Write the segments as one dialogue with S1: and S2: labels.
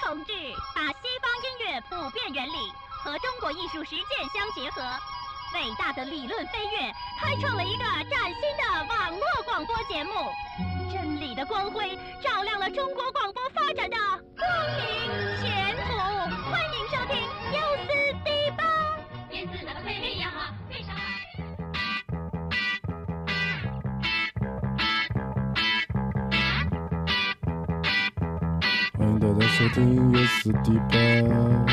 S1: 同志把西方音乐普遍原理和中国艺术实践相结合，伟大的理论飞跃，开创了一个崭新的网络广播节目。真理的光辉照亮了中国广播发展的光明前途。欢迎收听优思迪吧。
S2: 燕子的飞呀，飞上来。
S3: 欢迎大家收听《乐死迪吧》。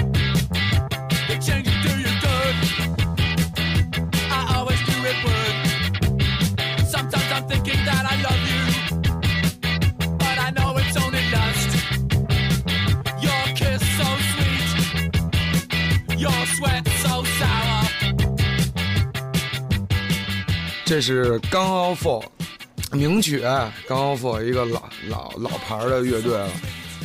S4: You change it to your good. I always do it good. Sometimes I'm thinking that I love you, but I know it's only lust. Your kiss so sweet, your sweat so sour.
S5: 这是 g u n o f o 名曲 g u n o f o 一个老老老牌儿的乐队了。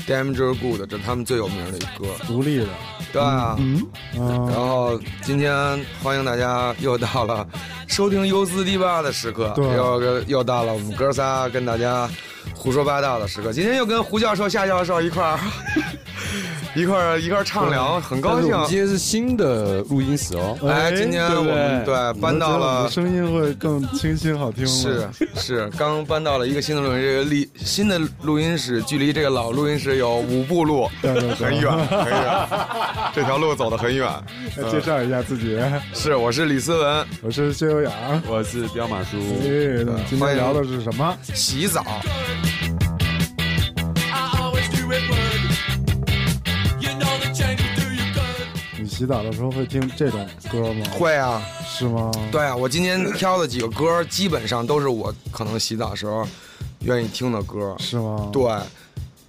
S5: Danger Good，这是他们最有名的一歌，
S3: 独立的，
S5: 对啊。
S3: 嗯、
S5: 然后今天欢迎大家又到了收听优思迪吧的时刻，
S3: 对啊
S5: 又跟又到了五哥仨跟大家胡说八道的时刻。今天又跟胡教授、夏教授一块儿 一块儿一块儿畅聊，很高
S6: 但是
S5: 兴
S6: 我。们今天是新的录音室哦，
S5: 哎，今天我们
S6: 对
S5: 对搬到了
S3: 我觉得我们声音会更清新好听吗？
S5: 是
S3: 嗯
S5: 是，刚搬到了一个新的录音这个离新的录音室距离这个老录音室有五步路，
S3: 对对对
S5: 很远很 远，这条路走得很远。
S3: 来呃介绍一下自 己，
S5: 是，我是李思文，
S3: 我是薛有雅。
S6: 我是彪马叔，
S3: 哎，那今天聊的是什么？
S5: 洗澡，
S4: I always do it good. You know that change it to your good.
S3: 你洗澡的时候会听这种歌吗？，
S5: 会啊，
S3: 是吗？
S5: 对啊，我今天挑的几个歌，基本上都是我可能洗澡时候愿意听的歌。
S3: 是吗？
S5: 对，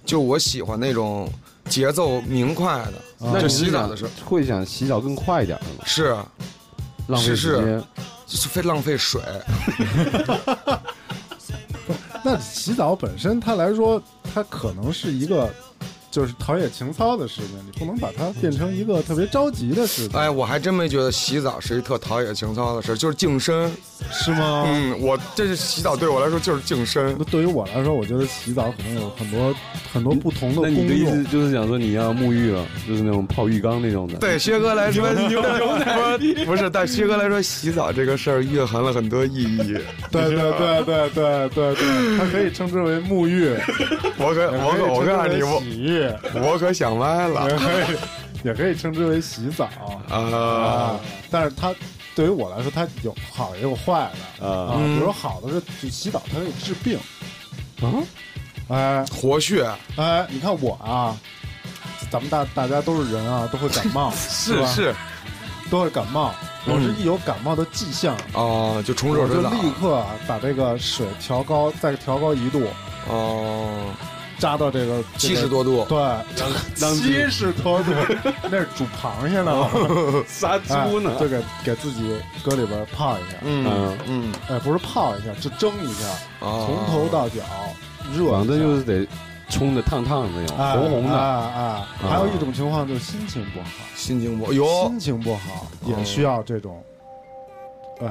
S5: 就我喜欢那种节奏明快的，
S3: 那
S5: 就
S3: 啊你
S5: 洗澡的时候
S6: 啊会想洗澡更快一点，是吗
S5: 是
S6: 浪费时
S5: 是
S6: 间。
S5: 就是非浪费水。
S3: 那洗澡本身它来说，它可能是一个就是陶冶情操的事情，你不能把它变成一个特别着急的事情，
S5: 哎，我还真没觉得洗澡是一特陶冶情操的事儿，就是净身。
S3: 是吗？
S5: 嗯，我这是洗澡对我来说就是净身
S3: 那。对于我来说，我觉得洗澡可能有很多很多不同的
S6: 那
S3: 功
S6: 你的意思
S3: 用。
S6: 就是想说你要沐浴了，就是那种泡浴缸那种的？，
S5: 对薛哥来说，不是不是，但薛哥来说，洗澡这个事儿蕴含了很多意义。
S3: 对对对对对对对，它可以称之为沐 浴，
S5: 我可我可我告诉你，我
S3: 我洗浴，
S5: 我可想歪了
S3: 也可以也可以称之为洗澡
S5: 啊
S3: 啊！。但是它对于我来说，它有好也有坏的
S6: 啊
S3: 啊。
S5: 嗯
S3: 比如好的是就洗澡，它可以治病。
S5: 嗯
S3: 啊，
S5: 活血
S3: 哎哎，你看我啊，咱们大大家都是人啊，都会感 冒，
S5: 是嗯
S3: 吧，
S5: 是
S3: 都会感冒。我是一有感冒的迹象，
S5: 哦，就冲
S3: 我
S5: 热
S3: 就
S5: 水澡
S3: 立刻啊把这个水调高，再调高一度，
S5: 哦，
S3: 扎到这个
S5: 七十，多度
S3: 这个对，
S6: 让
S3: 七十多 度，那是煮螃蟹呢，
S6: 杀猪呢
S3: 哎？就给给自己搁里边泡一下，
S5: 嗯
S6: 嗯
S5: 嗯
S3: 哎，不是泡一下，就蒸一下，
S5: 哦
S3: 从头到脚热，
S6: 反正就是得冲的烫烫的那种，
S3: 哎
S6: 红红的。哦
S3: 哎哎，还有一种情况就是心情不好，
S5: 心情不哟
S3: 心情不好
S5: 哦
S3: 也需要这种，哎，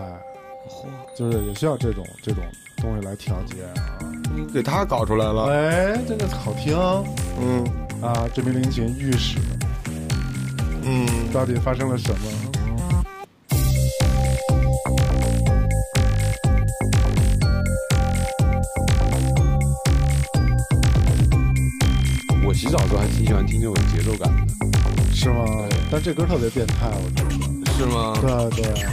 S3: 就是也需要这种这种东西来调节啊。
S5: 给他搞出来了，
S3: 哎，这个好听
S5: 嗯
S3: 啊！这名林琴御史
S5: 嗯，
S3: 到底发生了什么？
S6: 我洗澡的时候还挺喜欢听这种节奏感的。
S3: 是吗？但这歌特别变态，我觉得。啊
S5: 是吗？
S3: 对对，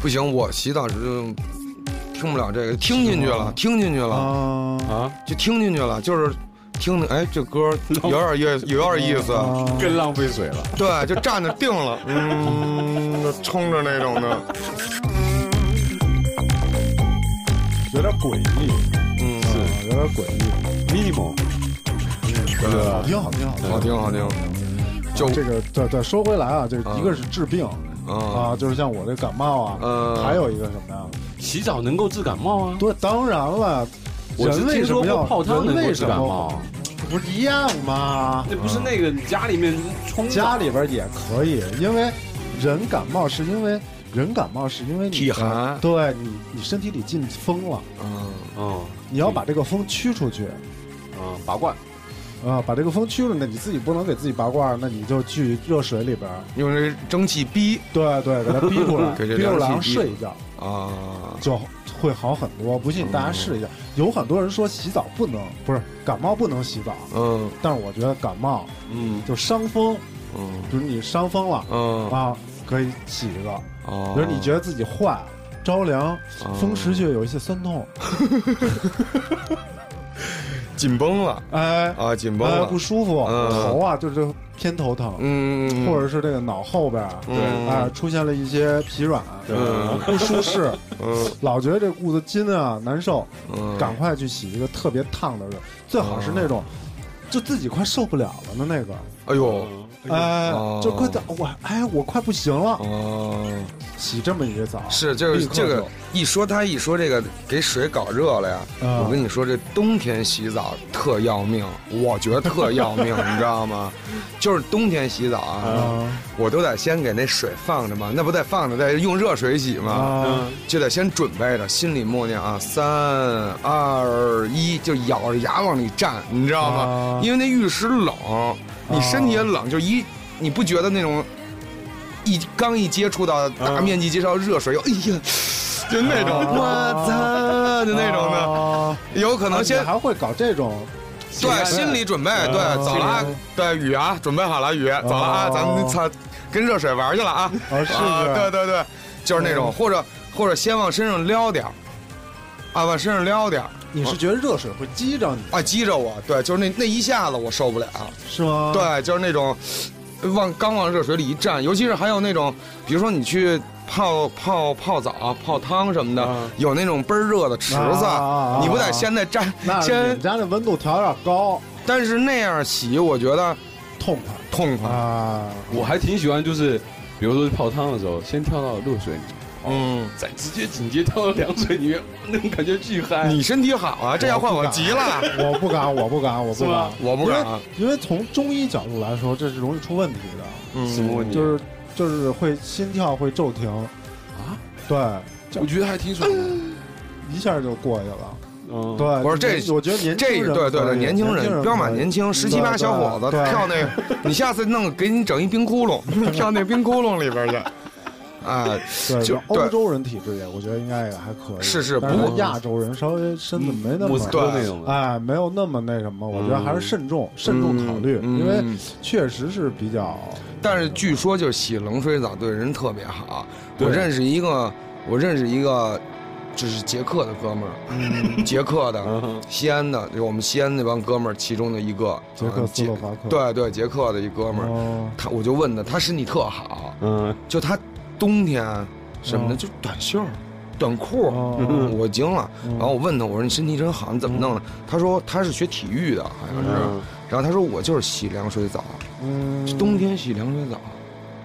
S5: 不行，我洗澡时就听不了这个，听进去
S3: 是
S5: 了
S3: 吗，
S5: 听进去了，
S3: 啊，
S6: 啊，
S5: 就听进去了，就是听的，哎，这歌 有点意，有点意思，
S3: 啊
S6: 更浪费水了。
S5: 对，就站着定了，嗯，就冲着那种的，
S3: 有点诡异，
S5: 嗯，
S3: 啊，有点诡异，
S6: Minimum，
S3: 好听好听好听
S5: 好。听好听，就
S3: 这个对对，说回来啊，这
S5: 嗯
S3: 个一个是治病
S5: 啊，
S3: 啊，就是像我这感冒啊，
S5: 嗯
S3: 还有一个什么呀？
S6: 洗澡能够治感冒啊。
S3: 对，当然了，
S6: 我是
S3: 人为
S6: 听
S3: 什
S6: 说
S3: 么
S6: 过
S3: 要
S6: 泡汤
S3: 人
S6: 能够
S3: 为
S6: 治
S3: 什
S6: 感
S3: 么
S6: 冒，啊
S3: 不是一样吗？
S6: 那不是那个你家里面冲
S3: 家里边也可以，因为人感冒是因为人感冒是因为你
S5: 体寒
S3: 对你你身体里进风了，
S5: 嗯，
S6: 嗯
S3: 你要把这个风驱出去。
S6: 嗯拔罐，
S3: 啊、把这个风驱了，那你自己不能给自己拔罐儿，那你就去热水里边儿，
S5: 用这蒸汽逼
S3: 对对，给它逼出 来，
S5: 给这
S3: 逼出来
S5: 凉
S3: 然后
S5: 气逼
S3: 睡一觉
S5: 啊，
S3: 就会好很多。不信大
S6: 哦
S3: 家试一下，有很多人说洗澡不能，不是感冒不能洗澡，
S5: 嗯
S3: 但是我觉得感冒
S6: 嗯
S3: 就伤风，
S5: 嗯
S3: 比如你伤风了、
S5: 嗯，
S3: 啊，可以洗一个，
S5: 哦
S3: 比如你觉得自己坏、着凉、风湿就有一些酸痛，
S5: 哦紧绷了
S3: 哎，
S5: 啊，紧绷
S3: 哎
S5: 了
S3: 不，舒服，
S5: 嗯
S3: 头啊就是偏头疼，
S5: 嗯，嗯
S3: 或者是这个脑后边儿，
S5: 嗯
S3: 啊、出现了一些疲软，
S5: 嗯
S3: 不舒适，
S5: 嗯
S3: 老觉得这肚子筋啊难受，
S5: 嗯，哦
S3: 赶快去洗一个特别烫的热，最好是那种。就自己快受不了了的那个，
S5: 哎呦，
S3: 哎
S5: 哦，
S3: 就快到我，哎，我快不行了，
S5: 哦，
S3: 洗这么一个澡，
S5: 是就是
S3: 立刻
S5: 这个
S3: 就
S5: 一说他一说这个给水搞热了呀，
S3: 啊
S5: 我跟你说这冬天洗澡特要命，我觉得特要命， 你知道吗？就是冬天洗澡啊，
S3: 啊
S5: 我都得先给那水放着嘛，那不得放着再用热水洗吗？
S3: 啊，
S5: 就得先准备着，心里默念啊，三二一，就咬着牙往里站，你知道吗
S3: 啊？
S5: 因为那浴室冷，你身体也冷，就一你不觉得那种一刚一接触到大面积接触到热水，又哎呀，就那种
S3: 啊
S5: 我操，就那种的，
S3: 的，
S5: 有可
S3: 可
S5: 能先
S3: 啊还会搞这种，
S5: 对心理准备，对，走了啊，对雨啊，准备好了雨，走了啊，
S3: 哦
S5: 咱们操跟热水玩去了啊。
S3: 啊，是嗯
S5: 啊，
S3: 不
S5: 对
S3: 是？
S5: 对对，就是那种，或者或者先往身上撩点儿，啊，往身上撩点儿，
S3: 你是觉得热水会激着你
S5: 啊，激着我，对，就是那那一下子我受不了，
S3: 是吗？啊
S5: 对，就是那种往刚往热水里一站，尤其是还有那种，比如说你去泡泡泡澡、泡汤什么的
S6: 嗯，
S5: 有那种倍儿热的池子
S3: 啊啊啊，
S5: 你不得
S3: 啊
S5: 先在站
S3: 那你
S5: 先
S3: 们，家那温度调有点高，
S5: 但是那样洗我觉得
S3: 痛
S5: 痛
S3: 快
S5: 快，
S3: 啊！
S6: 我还挺喜欢，就是比如说泡汤的时候，先跳到热水里，
S5: 嗯。
S6: 再直接紧接跳到凉水里面，那种感觉巨嗨。
S5: 你身体好啊，这要换
S3: 哎我不
S5: 我
S3: 敢
S5: 急了，
S3: 我不敢，我不敢，我
S6: 是
S3: 不敢
S6: 吗，
S5: 我不
S3: 因为
S5: 敢啊。
S3: 因为从中医角度来说，这是容易出问题
S5: 嗯
S6: 什么问
S3: 的，
S6: 题？
S3: 就是就是会心跳会骤停
S6: 啊，
S3: 对，
S6: 我觉得还挺爽的。
S3: 一下就过去了。
S6: 嗯，
S3: 对，
S5: 不是这
S3: 我觉得年轻
S5: 这
S3: 人
S5: 对对
S3: 可
S5: 对，
S3: 以
S5: 年轻人，彪马
S3: 可以
S5: 年轻，十七八
S3: 对
S5: 小伙子
S3: 对
S5: 跳那个，你下次弄给你整一冰窟窿，跳那冰窟窿里边去。啊，
S3: 对
S5: 就
S3: 欧
S5: 对
S3: 洲人体质也，我觉得应该也还可以。
S5: 是是
S3: 但是
S5: 不过
S3: 亚洲人稍微身子没那么
S6: 莫斯
S5: 对嗯
S6: 科那种的。
S3: 哎，没有那么那什么，我觉得还是慎重慎重考虑，
S5: 嗯嗯
S3: 因为确实是比较
S5: 但是据说就洗冷水澡对人特别好。我
S6: 对
S5: 认识一个，我认识一个，就是捷克的哥们儿，捷克的，
S6: 嗯
S5: 西安的，就我们西安那帮哥们儿其中的一个，
S3: 捷克
S5: 嗯
S3: 斯洛伐克
S5: 对对，捷克的一哥们儿，
S3: 哦
S5: 他我就问他，他身体特好，
S6: 嗯，
S5: 就他冬天啊什么的，
S3: 嗯
S5: 就短袖儿、短裤儿，
S3: 哦
S5: 我惊了。
S3: 嗯
S5: 嗯然后我问他，我说你身体真好，你怎么弄的？他说他是学体育的，好像是。
S3: 哦
S6: 嗯
S5: 然后他说我就是洗凉水澡，
S3: 嗯，
S5: 冬天洗凉水澡，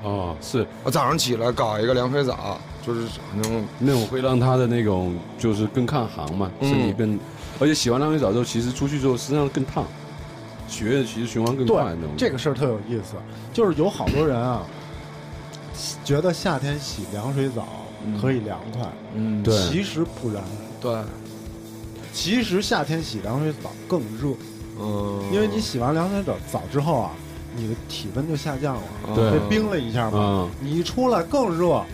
S6: 哦，是
S5: 我早上起来搞一个凉水澡，就是反正
S6: 那种会让他的那种就是更抗寒嘛，
S5: 嗯
S6: 身体更，而且洗完浪水澡之后，其实出去之后身上更烫，血液其实循环更
S3: 对
S6: 快那种。
S3: 这个事儿特有意思，就是有好多人啊，觉得夏天洗凉水澡可以凉快，
S5: 嗯
S6: 对
S3: 其实不然，
S5: 对，
S3: 其实夏天洗凉水澡更热，
S5: 嗯，
S3: 因为你洗完凉水澡澡之后啊，你的体温就下降了，
S6: 对
S3: 被
S5: 嗯
S3: 冰了一下嘛。
S6: 嗯，
S3: 你一出来更热，
S5: 啊，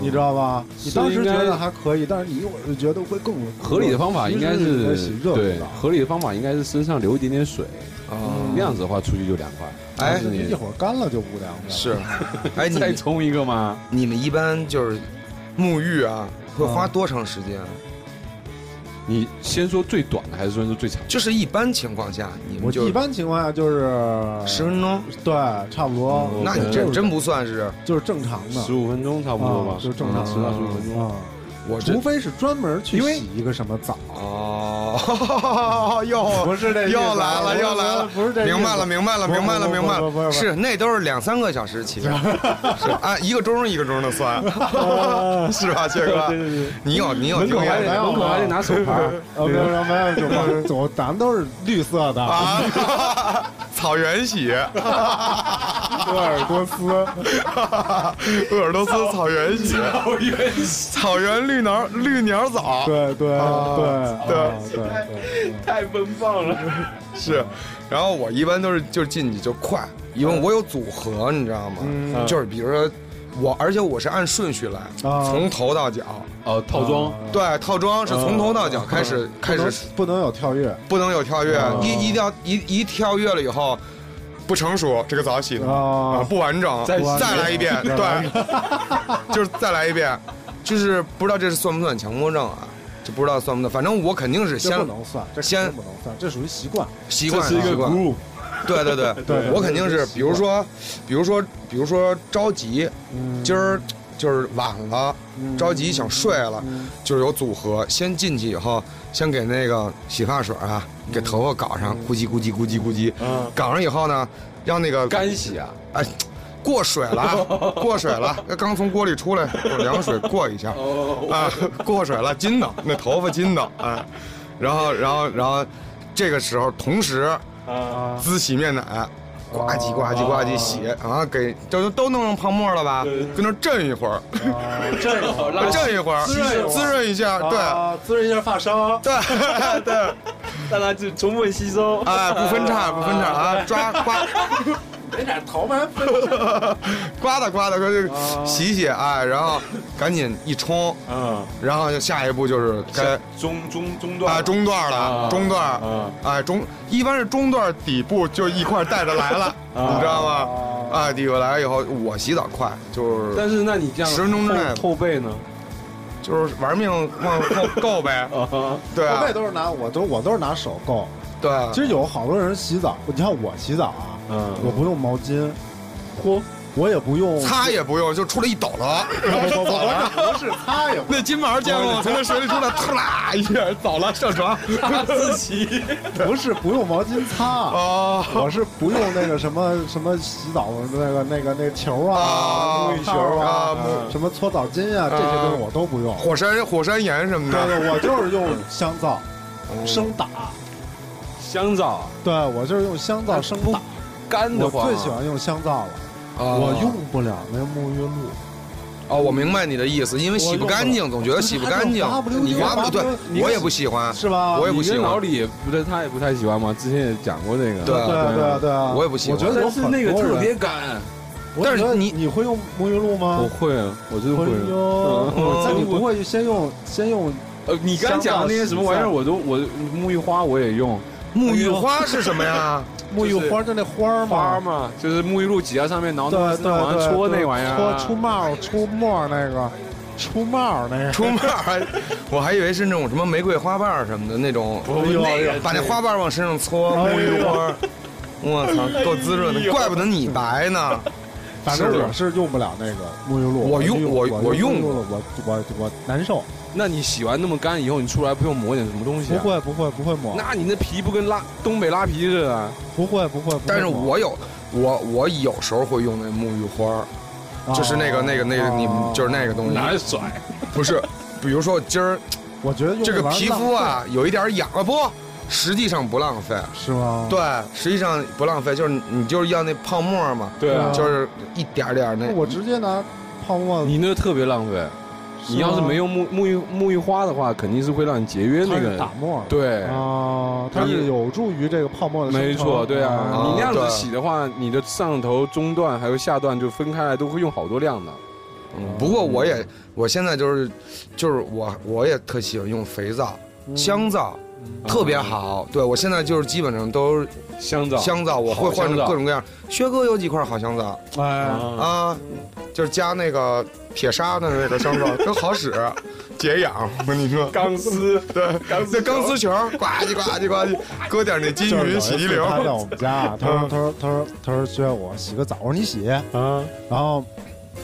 S3: 你知道吧？你当时
S6: 应
S3: 觉
S6: 该
S3: 得还可以，但是你一会儿就觉得会更
S6: 嗯合理的方法应该
S3: 其实你
S6: 是
S3: 洗热水
S6: 对
S3: 澡，，
S6: 合理的方法应该是身上留一点点水，
S5: 啊
S6: 那样子的话出去就凉快。
S5: 哎
S3: 但是你一会儿干了就不凉快了。
S5: 是， 哎，你
S6: 再
S5: 们
S6: 冲一个嘛，
S5: 你们一般就是沐浴啊，会
S3: 哦
S5: 花多长时间？啊
S6: 你先说最短的还是先说最长的？
S5: 就是一般情况下，你们
S3: 我
S5: 就
S3: 一般情况下就是
S5: 十分钟，
S3: 对，差不多。
S6: 嗯
S5: 那你
S3: 就
S5: 这
S3: 是
S5: 真不算是。
S3: 就是正常的，
S6: 十五分钟差不多
S3: 啊，
S6: 吧
S3: 就正常
S6: 十到十五分钟。
S3: 啊，
S5: 我这
S3: 除非是专门去
S5: 因为
S3: 洗一个什么澡，
S5: 哦，哦， 又
S3: 不是这意思啊
S5: 又来了，又来了，
S3: 不是这意思啊
S5: 明白了，明白了，
S3: 不是
S5: 明白了，
S3: 不是
S5: 明白
S3: 不是不是
S5: 了，
S3: 不是
S5: 是那都是两三个小时 起，是啊，一个钟一个钟的算，
S3: 啊
S5: 是吧，薛哥
S6: 对对对？
S5: 你有你有
S6: 门口
S5: 经
S6: 还
S5: 验
S3: 没
S6: 得
S3: 有
S6: 门口还得
S3: 没有
S6: 拿手牌儿，
S3: 呃，没有没有没有，总总咱们都是绿色的，
S5: 啊？草原喜，
S3: 鄂尔多斯，
S5: 鄂尔多斯草原喜，
S6: 好哦原始，
S5: 草原绿鸟绿鸟草，
S3: 对对对
S5: 啊对
S3: 对对对，
S6: 太奔放了。
S5: 是，然后我一般都是就是进去就快，因为我有组合，你知道吗？
S3: 嗯
S5: 就是比如说我，而且我是按顺序来，
S3: 啊啊
S5: 从头到脚。
S6: 哦，套装，
S5: 对，套装是从头到脚开始，开
S3: 不能
S5: 始
S3: 不能有跳跃
S5: 不能有跳跃，
S3: 啊
S5: 一一定要一一跳跃了以后。不成熟，这个澡洗的
S3: 啊
S5: 啊，不完整，
S6: 再
S5: 再
S6: 洗
S5: 来一遍，
S3: 再来一
S5: 对，就是再来一遍，就是不知道这是算不算强迫症啊，就不知道算不算，反正我肯定是
S3: 这不
S5: 先
S3: 能算，这肯
S5: 先
S3: 定不能算，这属于习惯。
S5: 习
S6: 这
S5: 惯
S6: 是一个
S5: 习惯
S6: group，
S5: 对对对，
S3: 对
S5: 我肯定是，比如说，比如说，比如说着急，
S3: 嗯
S5: 今儿就是晚了，
S3: 嗯
S5: 着急想睡了，就是有组合，先进去以后，先给那个洗发水啊，给头发搞上，咕叽咕叽咕叽咕叽，
S6: 嗯
S5: 搞上以后呢，让那个
S6: 干洗啊，
S5: 哎过水了啊，过水了，刚从锅里出来，用凉水过一下，
S6: 哦，
S5: 啊，过水了，筋道，那头发筋道，哎，然后然后然后，这个时候同时。
S6: 啊，哦
S5: 滋洗面奶，呱唧呱唧呱唧洗啊，给这都都弄上泡沫了吧
S6: 对对对？
S5: 跟那儿震一会儿，
S6: 这好拉
S5: 震一会儿，
S6: 滋润一会儿
S5: 滋润一下，对
S3: 啊，滋润一下发梢，
S5: 对 对，
S6: 让它就充分吸收。
S5: 哎，不分叉，不分叉啊，抓刮
S3: 没点头发分
S5: 刮的刮的，快就洗洗哎，然后赶紧一冲，
S6: 嗯，
S5: 然后就下一步就是该
S6: 中中中段
S5: 啊中段了，
S6: 啊
S5: 中段
S6: 啊，
S5: 哎中一般是中段底部就一块儿带着来了，
S6: 啊
S5: 你知道吗？哎，底部来了以后，我洗澡快，就是
S6: 但是那你这样
S5: 10分钟之内
S6: 后后背呢？，
S5: 就是玩命往后够呗
S6: 啊，
S5: 对
S3: 我
S5: 啊
S3: 背，都是拿我都我都是拿手够。
S5: 对啊，
S3: 其实有好多人洗澡，你看我洗澡啊，
S6: 嗯
S3: 我不用毛巾，嚯，我也不用
S5: 擦也不用，就出来一抖了。
S3: 不不是擦也不
S5: 那金毛见过吗？从那水里出来，突啦一下走了，上床。
S6: 自己
S3: 不是不用毛巾擦，啊
S5: 哦，
S3: 我是不用那个什么什么洗澡的那个那个那球啊、
S5: 啊
S3: 沐浴球
S5: 啊
S3: 啊、
S5: 沐嗯
S3: 什么搓澡巾啊，这些东西我都不用。
S5: 火山火山岩什么
S3: 对
S5: 的，
S3: 对，我就是用香皂
S5: 哦
S3: 生打，
S6: 香皂啊
S3: 对我就是用香
S5: 哎
S3: 皂生打。
S6: 干
S3: 我
S6: 的慌。
S3: 最
S5: 啊
S3: 喜欢用香皂了，
S5: 哦
S3: 我用不了那沐浴露。
S5: 哦，我明白你的意思，因为洗不干净，总觉得洗不干净
S3: 我用不了，
S5: 你
S3: 滑
S5: 滑
S3: 不溜溜
S5: 不对
S3: 滑不溜，溜
S5: 我也不喜欢，
S3: 是吧
S5: 啊我也不
S6: 你
S5: 喜
S6: 跟老
S5: 欢。
S6: 李也不是他也不太喜欢吗？之前也讲过这个。
S5: 对
S3: 对啊对啊对啊，
S5: 我也不喜欢
S3: 我觉得有
S6: 但是
S3: 很多
S6: 那个特
S3: 人
S6: 别干，
S3: 我
S5: 但是
S3: 觉得
S5: 你
S3: 你会用沐浴露吗
S6: 我？会，我真会。
S3: 哟，那
S5: 嗯
S3: 你不会先用先用
S6: 呃，你刚讲的那些什么玩意儿，我都我沐浴花我也用，
S5: 沐浴花是什么呀？
S3: 沐浴花就那花儿
S6: 花
S3: 吗？
S6: 嘛，就是沐浴露挤在上面，
S5: 哦
S6: 然
S3: 对
S6: 后
S3: 对对，
S6: 往上戳那玩意儿啊，
S3: 搓出帽出沫那个，出帽那个，
S5: 出门儿，我还以为是那种什么玫瑰花瓣儿什么的那种，
S3: 哎呦哎呦
S5: 把那花瓣儿往身上搓，
S3: 哎
S5: 沐
S3: 呦
S5: 浴花儿。 我操，够滋润的，怪不得你白呢。
S3: 反正我是用不了那个沐浴露，
S5: 我用
S3: 用
S5: 我
S3: 我
S5: 我用
S3: 过，我我我难受，
S6: 那你洗完那么干以后，你出来不用抹点什么东西、
S3: 不
S6: 啊？，
S3: 会不会不会抹，
S6: 那你那皮不跟拉东北拉皮似的啊？
S3: 不会不会，不会
S5: 但是
S3: 抹啊
S5: 我有，我我有时候会用那沐浴花儿，就是那
S6: 哦
S5: 个那个那
S3: 啊
S5: 个，你们就是那个东西，
S6: 嗯甩？
S5: 不是？比如说我今儿
S3: 我觉得用
S5: 这个
S3: 玩意儿
S5: 皮肤啊有一点痒啊，不，实际上不浪费，
S6: 哦
S3: 浪费是吗？
S5: 对，实际上不浪费，就是你你就是要那泡沫嘛，
S6: 对
S3: 啊
S6: 啊，
S5: 就是一点儿点儿那
S3: 那。我直接拿泡沫，
S6: 你那特别浪费。你要是没用沐沐浴沐浴花的话，肯定是会让你节约
S3: 它
S6: 那
S3: 是
S6: 个
S3: 打。沫的
S6: 对，
S3: 啊，它是有助于这个泡沫的生成
S6: 没错，对啊，
S5: 啊
S6: 你那样
S5: 对
S6: 子洗的话，你的上头、中段还有下段就分开来，都会用好多量的。
S5: 嗯不过我也，我现在就是，就是我我也特喜欢用肥皂、
S3: 嗯
S6: 嗯
S5: 香皂，特别好。对我现在就是基本上都是
S6: 香嗯皂，
S5: 香皂，我会换
S6: 好香
S5: 成
S6: 皂
S5: 各种各样。薛哥有几块好香皂
S3: 哎，
S6: 啊，
S5: 啊，就是加那个铁砂的那个香皂，真好使， 解痒。我跟你说，
S6: 钢丝，
S5: 对，那钢丝球，呱唧呱唧呱唧，搁点那金
S3: 就是有
S5: 鱼
S3: 一
S5: 洗涤嗯
S3: 次他在
S5: 灵。
S3: 我们家，啊他说他说他说他说薛我洗个澡，我说你洗，
S6: 啊，
S3: 然后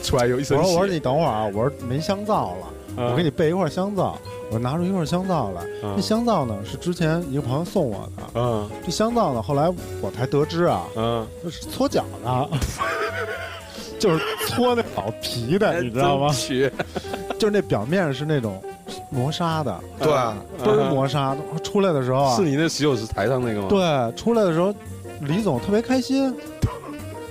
S6: 出来有一
S3: 我
S6: 身
S3: 说我说
S6: 血。
S3: 你等会儿啊，我说没香皂了，
S6: 啊
S5: 嗯
S3: 我给你备一块香皂。我拿出一块香皂来，
S6: 啊
S3: 这香皂呢是之前一个朋友送我的。
S6: 啊
S3: 这香皂呢，后来我才得知啊，
S6: 啊！
S3: 是搓脚的， 就是搓那表皮
S5: 哎
S3: 的，你知道吗
S6: 哎 真？绝
S3: 就是那表面是那种磨砂的，
S5: 对，
S3: 倍
S5: 嗯
S3: 儿磨砂。出来的时候啊
S6: 是，你那洗手池台上那个吗？，
S3: 对，出来的时候，李总特别开心，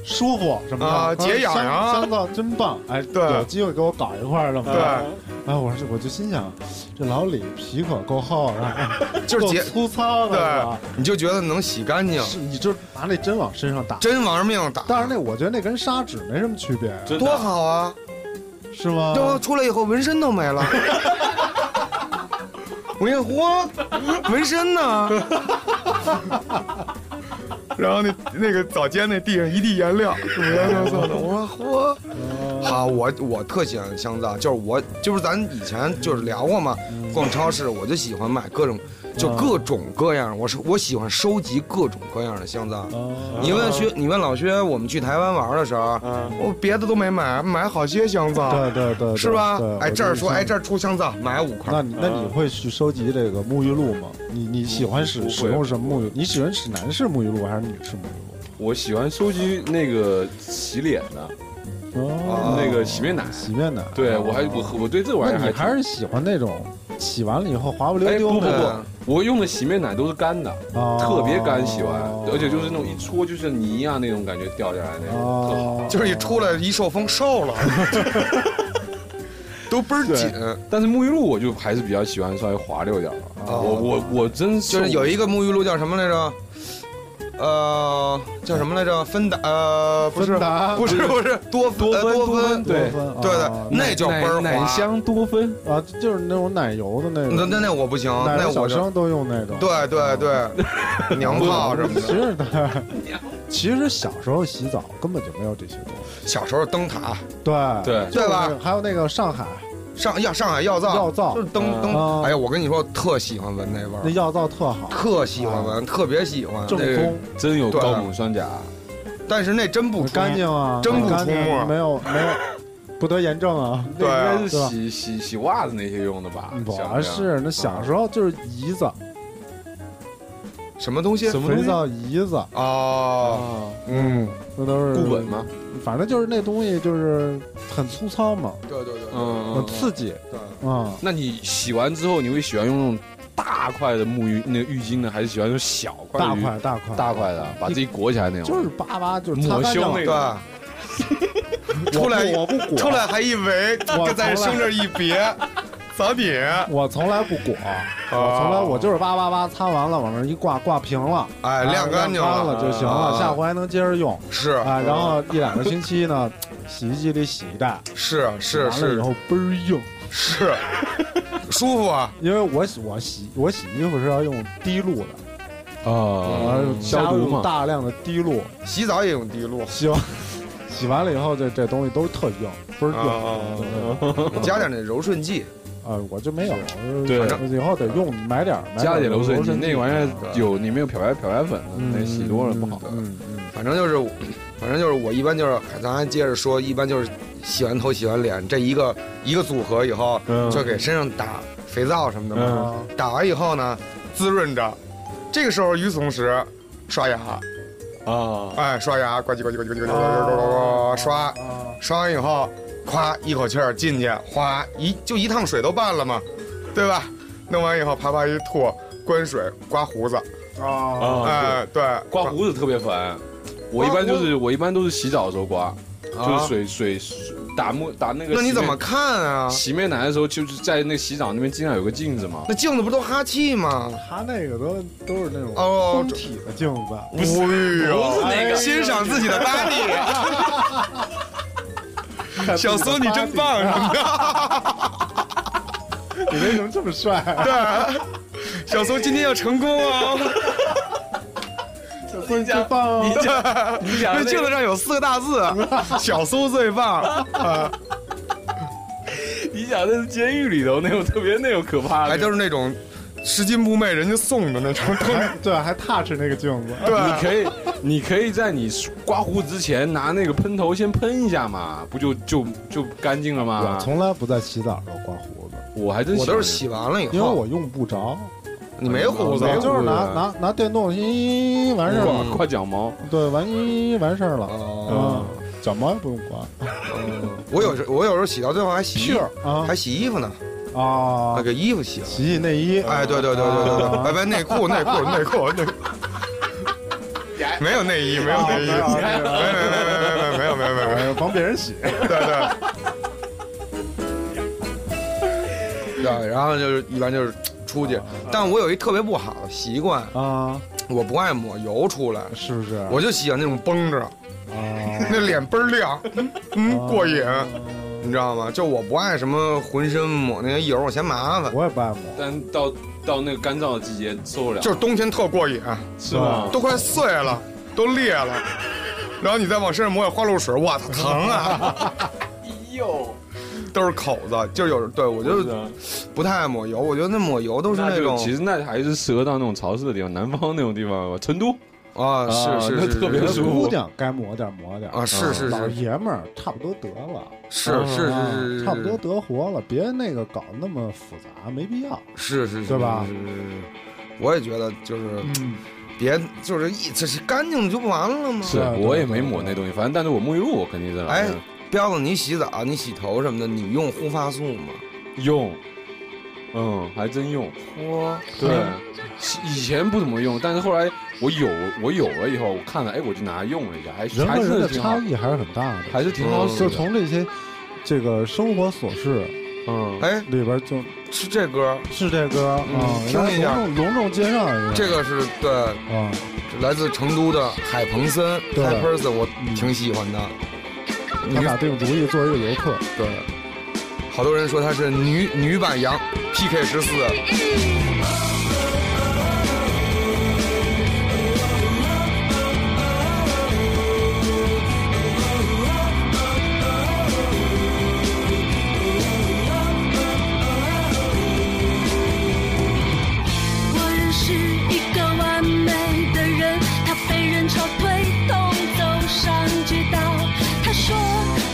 S3: 舒服什么的
S5: 啊解痒痒啊
S3: 香香皂真棒，哎，
S5: 对
S3: 有机会给我搞一块儿的嘛。
S5: 对
S3: 哎，我说我就心想，这老李皮可够厚，然后
S5: 就是
S3: 够
S5: 解
S3: 粗糙的，是吧
S5: 对，你就觉得能洗干净，
S3: 是你就拿那针往身上打。
S5: 真玩命打，
S3: 但是那我觉得那跟砂纸没什么区别，
S6: 真的
S5: 多好啊！
S3: 是吗？
S5: 对吧？出来以后纹身都没 了。我一看，嚯，纹身呢？ 然后那那个早间那地上一地颜料，我说嚯，好，啊我我特喜欢香皂，就是我就是咱以前就是聊过嘛，逛超市我就喜欢买各种
S3: 嗯
S5: 就各种各样，我是我喜欢收集各种各样的香皂。
S3: 啊
S5: 你问薛，你问老薛，我们去台湾玩的时候，我别的都没买，买好些香皂。
S3: 对对嗯对，对
S5: 是吧
S3: 对？
S5: 哎，这儿说，哎，这
S3: 儿。
S5: 儿出香皂，买五块
S3: 那。你那你会去收集这个沐浴露吗？你你喜欢使
S6: 不会
S3: 使用什么沐浴？你喜欢使男士沐浴露还是女士沐浴
S6: 我喜欢收集那个洗脸的，
S3: 露？啊
S5: 哦
S6: 那个洗面奶。
S3: 洗面奶。
S6: 对
S5: 啊
S6: 我还我我对这玩意
S3: 那
S6: 儿
S3: 你还
S6: 还
S3: 是喜欢那种洗完了以后滑不溜
S6: 哎
S3: 丢
S6: 不不
S3: 的，
S6: 不，我用的洗面奶都是干的，
S5: 啊
S3: 哦
S6: 特别干，洗完，而且就是那种一搓就是泥啊那种感觉掉下来那
S5: 啊
S6: 种，特好
S3: 哦。
S5: 就是一出来一受风瘦 了，都倍儿紧。
S6: 但是沐浴露我就还是比较喜欢稍微滑溜点儿
S3: 啊
S6: 的。
S5: 哦
S6: 我我我真
S5: 就是有一个沐浴露叫什么来着？呃，叫什么来着？芬达？呃，不是
S3: 芬，达
S5: 不是，不是多
S6: 多
S5: 呃
S6: 酚
S5: 多
S6: 多
S5: 芬
S6: 酚。
S3: 多
S6: 对
S3: 酚
S5: 对
S3: 啊
S5: 的，那
S6: 奶
S5: 叫倍儿
S6: 奶奶
S5: 滑。
S6: 香多酚，
S3: 啊，就是那种奶油的那
S5: 那
S3: 种，
S5: 那那我不行，
S3: 奶
S5: 那
S3: 油小
S5: 我就
S3: 生都用那种，
S5: 对对 对，娘炮什么
S3: 其
S5: 的。
S3: 实对，其实小时候洗澡根本就没有这些东西，
S5: 小时候灯塔
S3: 对
S6: 对
S3: 就是
S5: 对吧
S3: 那个还有那个上海
S5: 上药上海药皂，
S3: 药皂
S5: 就是灯
S3: 啊
S5: 灯。哎呀，我跟你说，我特喜欢闻那味儿
S3: 那。药皂嗯特好，
S5: 特喜欢闻，特别喜欢。
S3: 正
S5: 那
S3: 宗，
S6: 真有
S5: 对啊
S6: 高锰酸钾，
S5: 但是那真不出
S3: 干。净啊，
S5: 真不
S3: 干净
S5: 出沫
S3: 没有没有，不得炎症啊。
S6: 那
S5: 对啊
S6: 应该是洗洗洗袜子那些用的吧？像
S3: 我
S6: 这样
S3: 嗯是那小时候就是胰子，
S5: 什么东西？
S6: 什么
S3: 肥
S6: 东西
S3: 皂胰子，
S5: 哦，
S6: 啊？
S5: 嗯，
S3: 那都是
S6: 固本？吗？
S3: 反正就是那东西就是很粗糙嘛，
S5: 对对对，
S6: 嗯，
S3: 很
S6: 嗯
S3: 刺激
S5: 对，
S3: 啊。
S6: 那你洗完之后，你会喜欢用那种大块的沐浴那个浴巾呢，还是喜欢用小块
S3: 大
S6: 的浴
S3: 块大块
S6: 大块的，把自己裹起来那种？
S3: 就是叭叭就是擦
S6: 抹
S3: 干净
S6: 胸
S3: 了
S6: 那个
S5: 对，
S3: 我不
S5: 出来
S3: 我不裹，
S5: 出来还一围，
S3: 我
S5: 跟咱
S3: 从来
S5: 身这一别，早点。
S3: 我从来不裹，我从来我就是叭叭叭擦完了往那儿一挂挂平了，
S5: 哎，
S3: 啊
S5: 晾干净
S3: 干了就行了，
S5: 啊
S3: 下回还能接着用
S5: 是
S3: 啊。然后一两个星期呢，洗衣机里洗一袋，
S5: 是是
S3: 完了以
S5: 是
S3: 后倍儿硬。
S5: 是，舒服啊。
S3: 因为我洗我洗我洗衣服是要用滴露的，
S6: 啊
S3: 我
S6: 消
S3: 加
S6: 毒
S3: 入
S6: 嘛。
S3: 大量的滴露，
S5: 洗澡也用滴露，
S3: 洗完洗完了以后，这这东西都特硬，倍儿
S5: 啊
S3: 硬。
S5: 加点那柔顺剂。
S3: 啊，我就没有，
S6: 对
S3: 反正以后得用买点儿，买点
S6: 加
S3: 儿
S6: 点
S3: 柔
S6: 流水剂，那玩意
S5: 对
S6: 儿嗯有里面有漂白漂白粉的，那洗多了不好。
S3: 啊嗯嗯
S5: 反正就是，反正就是我一般就是，咱还接着说，一般就是洗完头、洗完脸这一个一个组合以后，
S3: 嗯
S5: 就给身上打肥皂什么的嘛。
S3: 嗯啊
S5: 打完以后呢，滋润着。这个时候与此同时，刷牙，
S6: 啊，
S5: 哎，刷牙，呱唧呱唧呱唧呱唧呱唧呱唧呱唧呱唧呱唧刷，
S3: 啊，
S5: 刷完以后，咵一口气儿进去，哗一就一趟水都办了嘛，对吧？弄完以后啪啪一吐，关水刮胡子，
S3: 啊
S5: 哎，对，
S6: 刮胡子特别烦。我一般就是我一般都是洗澡的时候刮，就是水水水打木打那个洗面。
S5: 啊那你怎么看啊？
S6: 洗面奶的时候就是在那洗澡那边经常有个镜子嘛？
S5: 那镜子不都哈气吗？
S3: 他那个都都是那种
S5: 哦
S3: 封体的镜子，
S5: 不是，不
S6: 不是那个
S5: 欣赏自己的 body。小苏，你真棒啊什么的。
S3: 你为什么这么 帅？
S5: 对，小苏今天要成功哦。
S3: 真棒哦！
S6: 讲你讲
S5: 那
S6: 的那
S5: 镜子
S6: 个
S5: 上有四个大字：小苏最
S6: 啊
S5: 棒。
S6: 你讲的是监狱里头那种特别那种可怕的，
S5: 还都是那种拾金不昧人家送的那种东西。
S3: 还对，还 touch 那个镜子，
S6: 你
S5: 对，啊
S6: 可以，你可以在你刮胡子之前拿那个喷头先喷一下嘛，不就就就干净了
S3: 我
S6: 吗？
S3: 啊从来不在洗澡的时候刮胡子，
S5: 啊
S6: 我还真
S5: 我都是
S6: 喜
S5: 洗完了以
S3: 因为
S5: 后，
S3: 我用不着，
S5: 你没胡子啊
S6: 没，
S3: 我
S6: 有
S3: 就是拿
S6: 对
S3: 拿拿电动一完
S6: 欢
S3: 事儿
S6: 挂
S3: 了，
S6: 挂脚毛，
S3: 对，完一完事儿了，
S5: 哦
S3: 啊，，脚毛也不用刮，
S5: 我有时我有时候洗到最后还洗衣
S3: 儿啊
S5: 还洗衣服呢，
S3: 啊
S5: 还，给衣服洗了。
S3: 洗洗内衣，
S5: 哎，对对对对对对，哎，不内裤内裤内裤 内裤，没有内衣没有内衣，没有没有没有没有没有没有没有，
S3: 啊哎帮别人洗，
S5: 对，然后就是一般就是出去，但我有一特别不好的习惯，
S3: 啊，
S5: 我不爱抹油出来，
S3: 是不是？
S5: 我就喜欢那种绷着，
S3: 啊，
S5: 那脸倍儿亮，嗯，过瘾，你知道吗？就我不爱什么浑身抹那些油，我嫌麻烦。
S3: 我也不爱抹，
S6: 但到到那个干燥的季节受不了，
S5: 就是冬天特过瘾，
S6: 是吗？
S5: 都快碎了，都裂了，然后你再往身上抹点花露水，哇，它疼啊！
S6: 哟，
S5: 都是口子，就是有对我
S6: 就是
S5: 就
S6: 啊
S5: 不太爱抹油，我觉得那抹油都是
S6: 那
S5: 那
S6: 就
S5: 种
S6: 其实那还是适合到那种潮湿的地方，南方那种地方吧，成都
S5: 啊，
S6: 啊
S5: 是是
S6: 那
S5: 是是
S6: 特别
S5: 是
S6: 舒服
S3: 姑娘该抹点抹点
S5: 啊，是是是
S3: 老爷们儿差不多得了，
S5: 是是
S3: 啊
S5: 是是，
S3: 差不多得活了，别那个搞那么复杂，没必要。
S5: 是是是，
S3: 对吧
S5: 是？是是是我也觉得就是
S3: 嗯，
S5: 别就是一这是干净就不完了吗？
S6: 是
S3: 对对
S6: 我也
S3: 对
S6: 没抹那东西，反正但是我沐浴露我肯定是
S5: 啊哎
S6: 来
S5: 彪子，你洗澡、你洗头什么的，你用护发素吗？
S6: 用，嗯，还真用，
S5: 我
S6: 对，以前不怎么用，但是后来我有我有了以后，我看了，哎，我就拿来用了一下，还
S3: 人
S6: 还
S3: 和人
S6: 真
S3: 的
S6: 的挺
S3: 差，
S6: 好
S3: 异还是很大的，
S6: 还是挺好
S5: 嗯
S6: 使
S3: 就
S6: 的，
S3: 从这些这个生活琐事
S6: 嗯，
S5: 哎，
S3: 里边就是
S5: 这歌，
S3: 是这歌啊，
S5: 嗯
S3: 来
S5: 听一下
S3: 隆重隆重介绍一下
S5: 这个是对，
S3: 啊，
S5: 是来自成都的海鹏森
S3: 对
S5: h p e r s o n 我挺喜欢的。
S3: 他
S5: 女
S3: 俩定主意做一个游客，
S5: 对，好多人说她是女女版杨 PK 十四，
S7: 我认识一个完美的人，他被人潮推动走上街道。他说：“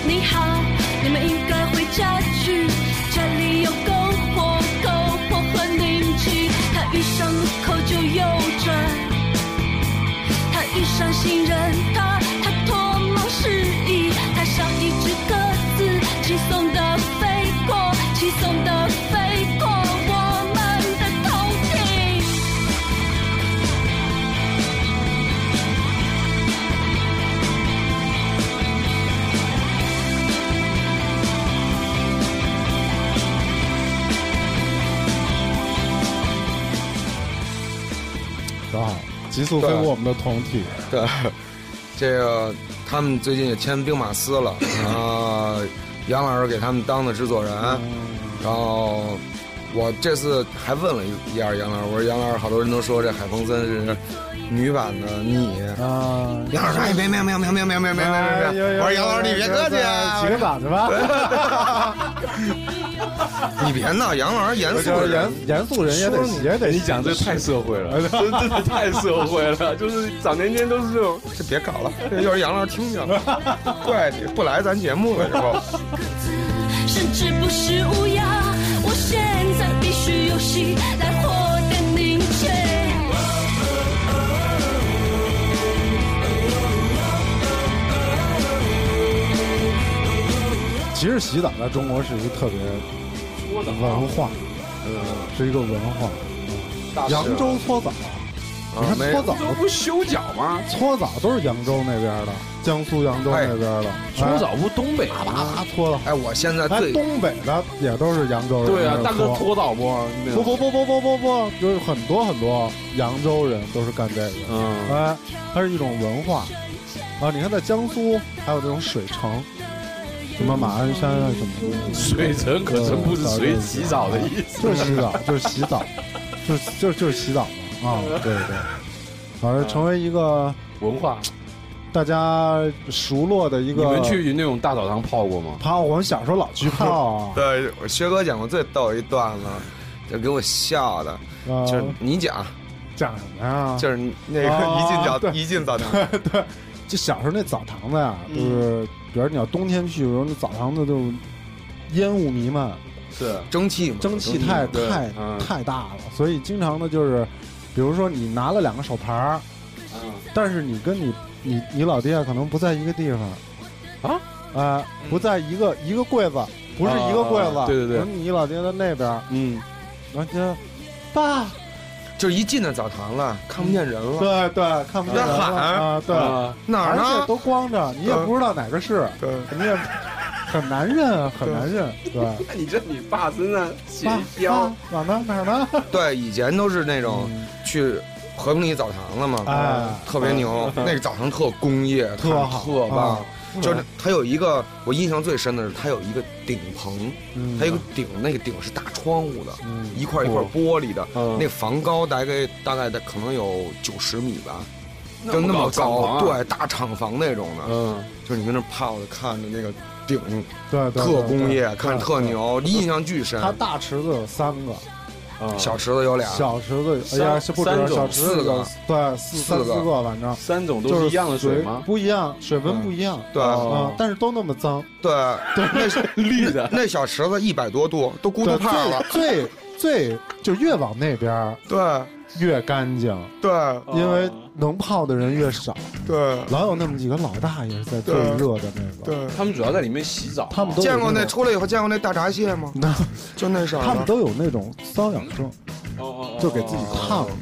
S7: 你好，你们应该回家去，这里有篝火、篝火和凝聚。”他遇上路口就右转，他遇上行人，他他脱帽示意，他像一只鸽子，轻松地飞过，轻松地飞过我们的头顶。
S3: 挺好，急速飞过我们的酮体，
S5: 对， 这个他们最近也签兵马司 了，然后杨老师给他们当的制作人，然后我这次还问了一一下杨老师，我说杨老师，好多人都说这海鹏森是女版的你。
S3: 啊，哎
S5: 杨老师，哎，别别别别别别别别别别！我说杨老师，你别客气啊
S3: 洗，个澡去吧。
S5: 你别闹，杨老师严
S3: 我
S5: 肃
S3: 就是
S5: 人，
S3: 严严肃人也得也得
S6: 你讲这太社会 了，真的太社会了，就是早年间都是这种，
S5: 这别搞了，这要是杨老师听见了，怪你不来咱节目了，以后。
S7: 甚至不是乌鸦。我现在必须有戏来获得凝结。
S3: 其实洗澡在中国是一个特别文化，
S6: 嗯
S3: 呃，是一个文化。
S6: 啊
S3: 扬州搓澡，你看
S5: 没
S3: 搓澡，
S6: 不修脚吗？
S3: 搓澡都是扬州那边的，江苏扬州那边的。
S6: 哎搓澡不东北
S3: 哎，
S6: 吗？
S3: 啊，搓的好。
S5: 哎，我现在
S3: 哎，
S5: 最
S3: 东北的也都是扬州人。
S6: 对啊，大哥
S3: 搓。
S6: 搓澡不？啊
S3: 不不不不不不不，就是很多很多扬州人都是干这个。
S6: 嗯，
S3: 哎，它是一种文化啊！你看，在江苏还有那种水城，什么马鞍山啊什么的，
S6: 水城可真不
S3: 嗯
S6: 是水洗澡的意思。
S3: 就是洗澡，就是洗澡，就是就就是洗澡嘛啊！对对，反正成为一个
S6: 文化，
S3: 大家熟络的一
S6: 你
S3: 个。
S6: 们去那种大澡堂泡过吗？
S3: 泡？我们小时候老去泡啊，
S5: 对，我薛哥讲过最逗一段子，就给我笑的，
S3: 啊
S5: 就是你讲，
S3: 讲什么呀？
S5: 就是那个
S3: 啊
S5: 一进
S3: 对
S5: 澡一进澡堂，
S3: 就小时候那澡堂
S6: 嗯
S3: 子呀，就是比如你要冬天去，有时候那澡堂子就烟雾弥漫，
S6: 是
S5: 蒸汽嘛，
S3: 蒸汽太
S6: 哦对
S3: 太
S6: 嗯
S3: 太大了，所以经常的就是，比如说你拿了两个手牌儿，但是你跟你你你老爹可能不在一个地方，
S6: 啊
S3: 啊，不在一个一个柜子，不是一个柜子
S6: 啊，对对对
S3: 可能你老爹在那边儿，
S6: 嗯，
S3: 然后就爸，
S5: 就是一进那澡堂了，看不见人了，
S3: 对对，看不见人
S5: 那
S3: 了
S5: 喊
S3: 啊，对，
S6: 啊
S5: 哪
S3: 而
S5: 儿
S3: 且
S5: 呢？
S3: 都光着，你也
S5: 嗯
S3: 不知道哪个是，
S5: 对，
S3: 你也很难认，啊，很难认，对。
S8: 那你这你爸身上写
S3: 啊
S8: 一标，
S3: 啊哪儿呢哪儿呢？
S5: 对，以前都是那种去和平里澡堂子嘛，
S3: 哎
S5: 特别牛，那个澡堂特工业，
S3: 特好
S5: 特棒。
S3: 啊
S5: 就是它有一个，我印象最深的是它有一个顶棚，
S3: 嗯
S5: 它有个顶，那个顶是大窗户的，
S3: 嗯
S5: 一块一块玻璃的，
S6: 嗯
S5: 那房高大概大概的可能有九十米吧，就那么高，
S6: 高啊
S5: 对，大厂房那种的，
S6: 嗯，
S5: 就是你跟那泡着看着那个顶，
S3: 对对
S5: 特工业，
S3: 对
S5: 看着
S3: 对
S5: 特
S3: 对
S5: 牛，印象巨深。
S3: 它大池子有三个，嗯
S6: 啊
S5: 小池子有俩，
S3: 小池子哎呀
S6: 三
S3: 是不止
S6: 三种
S3: 小池子
S5: 四个
S3: 有对四
S5: 四
S3: 三
S5: 个嗯
S3: 四个反正
S6: 三种
S3: 就
S6: 都是一样的水吗？
S3: 不一样，水温不一样，
S5: 对哦
S3: 啊，但是都那么脏，
S5: 对，那是
S6: 绿的，
S5: 那小池子一百多度，都咕
S3: 对，
S5: 嘟泡了。
S3: 最最最就越往那边儿
S5: 对
S3: 越干净，
S6: 哦
S5: 对
S3: 因为能泡的人越少，
S5: 对
S3: 老有那么几个老大爷是在最
S5: 对
S3: 热的那个，
S5: 对，
S6: 他们主要在里面洗澡，
S3: 他们都有
S5: 见过那
S3: 种
S5: 出来以后见过那大闸蟹吗？
S3: 那
S5: 就那色儿
S3: 他们
S5: 的。
S3: 都有那种瘙痒症，
S6: 哦哦哦
S3: 就给自己烫的，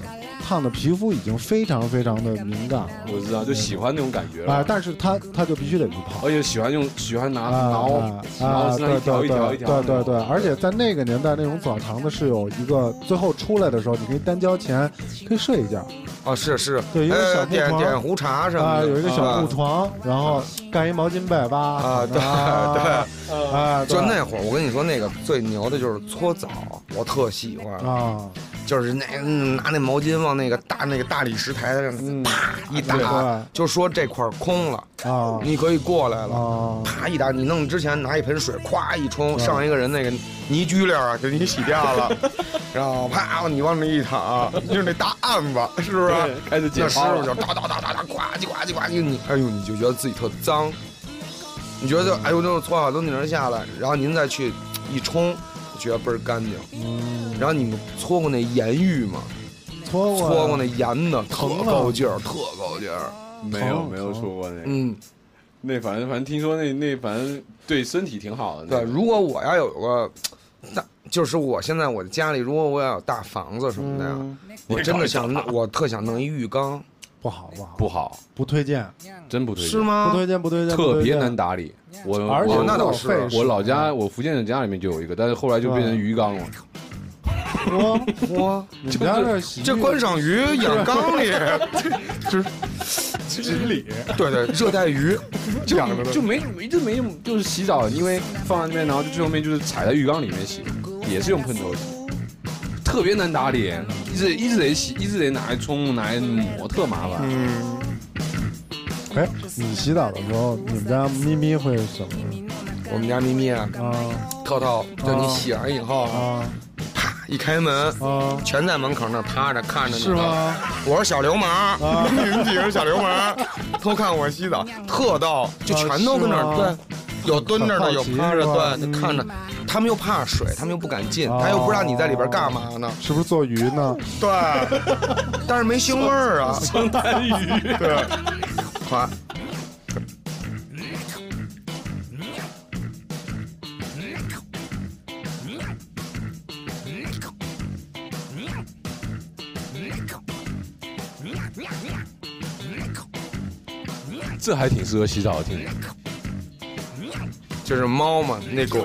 S3: 烫的皮肤已经非常非常的敏感了
S6: 我知道，就喜欢那种感觉
S3: 嗯啊
S6: 了，，
S3: 但是他他就必须得去泡
S6: 而。且喜欢用喜欢拿
S3: 啊
S6: 挠
S3: 啊
S6: 挠
S3: 啊！
S6: 身上
S3: 对对
S6: 一条一条
S3: 对
S6: 一
S3: 对
S6: 条的那种，
S3: 对对，而且在那个年代，那种澡堂子是有一个最后出来的时候，你可以单交钱，可以睡一觉
S5: 哦，是是，
S3: 对一个小
S5: 呃，
S3: 木
S5: 点
S3: 床
S5: 点壶茶什么
S3: 啊，
S5: 的，
S3: 有一个小
S5: 啊
S3: 木床，然后盖一毛巾被吧
S5: 啊，对
S3: 啊
S5: 对，
S3: 啊，
S5: 就
S3: 对
S5: 那会儿，我跟你说，那个最牛的就是搓澡，我特喜欢，
S3: 啊，
S5: 就是那嗯拿那毛巾往那个大那个大理石台上啪一
S3: 嗯对
S5: 打，
S3: 啊
S5: 就说这块儿空了，
S3: 啊
S5: 你可以过来了。
S3: 啊，
S5: 啪一打，你弄之前拿一盆水，咵一
S6: 嗯
S5: 冲，上一个人那个泥焗溜啊，给你洗掉 了，然后啪你往那一躺，就是那大案子，是不是？
S6: 开始
S5: 那
S6: 解
S5: 师
S6: 剖
S5: 傅
S6: 了
S5: 就哒哒哒哒哒，呱唧呱唧呱唧，你哎呦，你就觉得自己特脏，你觉得哎呦，那搓好都拧下来，然后您再去一冲，觉得倍儿干净。
S6: 嗯
S5: 然后你们搓过那盐浴吗？
S3: 搓过
S5: 搓过那盐的，特
S6: 啊
S3: 疼吗
S5: 够劲儿，特够劲儿。
S3: 嗯
S6: 没有没有说过那个，
S5: 嗯，
S6: 那反正反正听说那那反正对身体挺好的，那
S5: 对，
S6: 个
S5: 如果我要有个大，就是我现在我的家里，如果我要有大房子什么的呀，
S3: 嗯
S5: 我真的想弄，我特想弄一浴缸，
S3: 不好不好，
S6: 不好，
S3: 不推荐，
S6: 真不推荐，
S5: 是
S3: 不
S5: 吗？
S3: 推荐不推荐，
S6: 特
S3: 不推
S6: 别
S3: 荐
S6: 难哦打理。我
S3: 而且
S6: 我
S5: 那倒
S3: 浪
S5: 是
S3: 费时
S6: 我老
S3: 间
S6: 家我福建的家里面就有一个，但是后来就变成鱼缸了。
S3: 我
S5: 哇，
S3: 你们家这洗浴
S5: 这观赏鱼养缸 里，这这锦鲤，对对，热带鱼养着的
S6: 就没没就没用，就是洗澡，因为放在那边，然后就最后面就是踩在浴缸里面洗，也是用喷头洗，特别难打理，一直一直得洗，一直得拿来冲，拿来抹，特麻烦。
S3: 哎，你洗澡的时候，你们家咪咪会什么？
S5: 我们家咪咪啊，
S3: 啊
S5: 涛涛，就你洗完以后，
S3: 啊
S5: 啪一开门，
S3: 啊！
S5: 全在门口那儿趴着看着你。
S3: 是？吗？
S5: 我是小流氓
S3: 啊，
S5: 你们几个是小流氓，偷看我洗澡，特逗，就全都跟那
S3: 啊
S5: 儿
S3: 是吗
S5: 对。有蹲
S3: 很
S5: 着
S3: 好
S5: 的，有
S3: 奇
S5: 趴着，
S3: 是吧嗯
S5: 对，就看着。他们又怕水，他们又不敢进，
S3: 哦
S5: 他又不知道你在里边干嘛呢。
S3: 是不是做鱼 呢？
S5: 对， 但是没腥味儿啊。
S6: 双滩鱼，
S5: 对，夸。
S6: 这还挺适合洗澡的，听着，
S5: 就是猫嘛，那狗，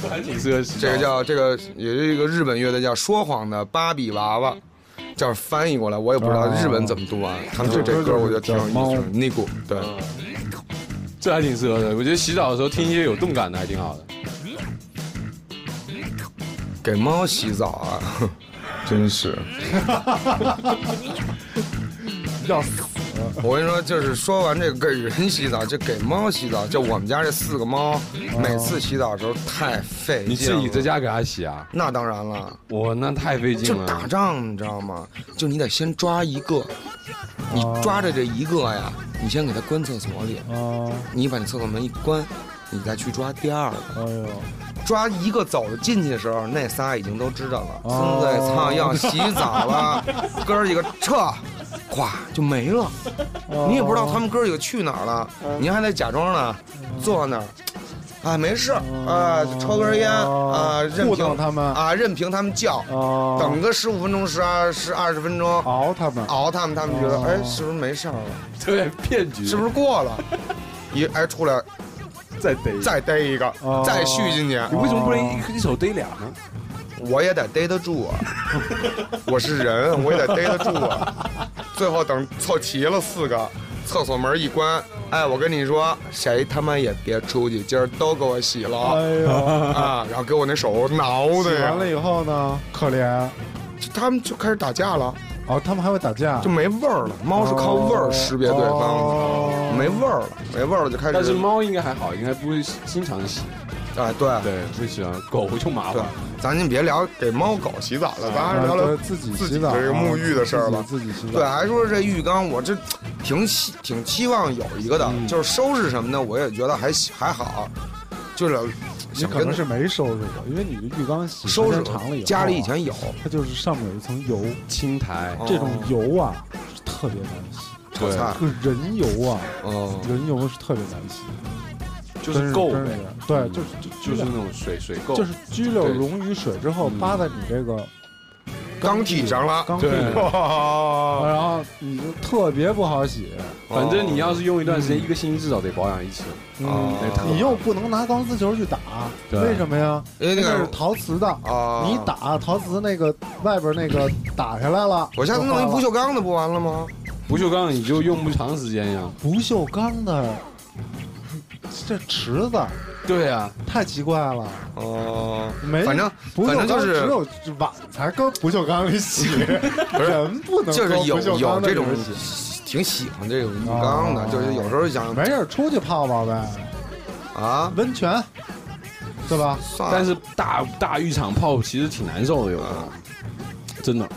S6: 这还挺适合洗澡。
S3: 啊
S5: 这个叫这个也是一个日本乐队叫说谎的芭比娃娃，叫翻译过来我也不知道
S3: 哦
S5: 日本怎么读啊。他们就这歌我觉得挺有意
S3: 叫猫
S5: 思的，那股对，
S6: 这还挺适合的，我觉得洗澡的时候听一些有动感的还挺好的。
S5: 给猫洗澡啊，真 是。
S3: 要死！
S5: 我跟你说，就是说完这个给人洗澡，就给猫洗澡，就我们家这四个猫，每次洗澡的时候太费
S6: 哦你
S5: 劲
S6: 自
S5: 了。
S6: 己在家给啊它洗啊？
S5: 那当然了。
S6: 我那太费劲
S5: 就打
S6: 了。
S5: 仗，你知道吗？就你得先抓一个，你抓着这一个呀，你先给它关厕所里，
S3: 啊，
S5: 你把你厕所门一关，你再去抓第二个，
S3: 哎呦，
S5: 抓一个走进去的时候，那仨已经都知道了，
S3: 哦
S5: 正在擦药、 洗澡了，哥儿几个撤，咵就没了。
S3: 哦
S5: 你也不知道他们哥儿几个去哪儿了，
S3: 嗯
S5: 您还得假装呢，坐那儿，哎，没事儿啊，抽根烟啊，任
S3: 哦糊弄
S5: 凭
S3: 他们
S5: 啊，任凭他们叫，
S3: 哦，
S5: 等个十五分钟、十二、十二十分钟，
S3: 熬他们，
S5: 啊熬他们，他们觉得
S3: 哦
S5: 哎，是不是没事儿了？
S6: 对，骗局
S5: 是不是过 了？一哎出来
S8: 再逮一下
S5: 再逮一个
S3: 哦，
S5: 再续进去，
S6: 你为什么不能一一手逮俩呢？
S5: 我也得逮得 住啊！我是人，我也得逮得住啊！最后等凑齐了四个，厕所门一关，哎，我跟你说，谁他妈也别出去，今儿都给我洗了、
S3: 哎 呦，
S5: 啊！然后给我那手挠
S3: 洗
S5: 的呀
S3: 完，了以后呢，可怜，
S5: 就他们就开始打架了，
S3: 哦，他们还会打架，
S5: 就没味儿了。猫是靠味儿识别对方的，
S3: 哦
S5: 没味儿了，没味儿了就开
S6: 但是
S5: 始。
S6: 猫应该还好，应该不会经常洗。
S5: 哎，对
S6: 对，不喜欢狗就麻
S5: 对
S6: 烦。，
S5: 咱先别聊给猫狗洗澡了，咱还是
S3: 啊
S5: 聊
S3: 对
S5: 聊
S3: 自己
S5: 自
S3: 洗
S5: 己
S3: 澡啊，啊
S5: 这个沐浴的事儿吧。
S3: 自己自己洗
S5: 对，啊
S3: 澡，
S5: 还说这浴缸，我这挺希挺期望有一个的，
S3: 嗯
S5: 就是收拾什么呢？我也觉得还喜还好，就是
S3: 你
S5: 想
S3: 可能
S5: 跟
S3: 是没收拾过，因为你的浴缸洗时
S5: 收拾
S3: 间长了以后啊，
S5: 家里以前有，
S3: 它就是上面有一层油，
S6: 青苔，
S5: 哦
S3: 这种油啊是特别难洗，
S5: 炒
S6: 啊
S5: 菜，
S3: 这个人油啊，
S5: 哦，
S3: 人油是特别难洗，
S6: 就
S3: 真
S6: 是够
S3: 真
S6: 呗
S3: 是，对，就是
S6: 就是那种水水垢，
S3: 就是拘留溶于水之后扒在你这个
S5: 嗯缸体上了，
S3: 缸体
S6: 对
S3: 里，
S5: 哇
S3: 然后你就特别不好洗，
S6: 反正你要是用一段时间，一个星期至少得保养一次。
S5: 哦
S3: 嗯，
S6: 那特
S3: 你又不能拿钢丝球去打，
S6: 对
S3: 为什么呀？
S5: 因为那
S3: 是
S5: 个
S3: 陶瓷的。
S5: 啊，
S3: 你，打陶瓷那个外边那个打下来了，
S5: 我下次弄
S3: 就
S5: 一
S3: 坏
S5: 不
S3: 了
S5: 锈钢的不完了吗？
S6: 不锈钢你就用不长时间呀。
S3: 不锈钢的这池子
S6: 对啊，
S3: 太奇怪了，
S5: 哦，
S3: 没
S5: 反正
S3: 不
S5: 反
S3: 锈
S5: 正就
S3: 钢
S5: 是
S3: 只有碗才搁不锈钢里 洗，人不能
S5: 就
S3: 搁
S5: 是有
S3: 不锈
S5: 有
S3: 钢
S5: 这
S3: 的
S5: 种
S3: 里洗。
S5: 挺喜欢这种浴缸的，
S3: 哦
S5: 就是有时候想
S3: 没事儿出去泡泡呗，
S5: 啊，
S3: 温泉，对吧？
S5: 算了，
S6: 但是大大浴场泡其实挺难受的，有时候
S5: 啊
S6: 真的。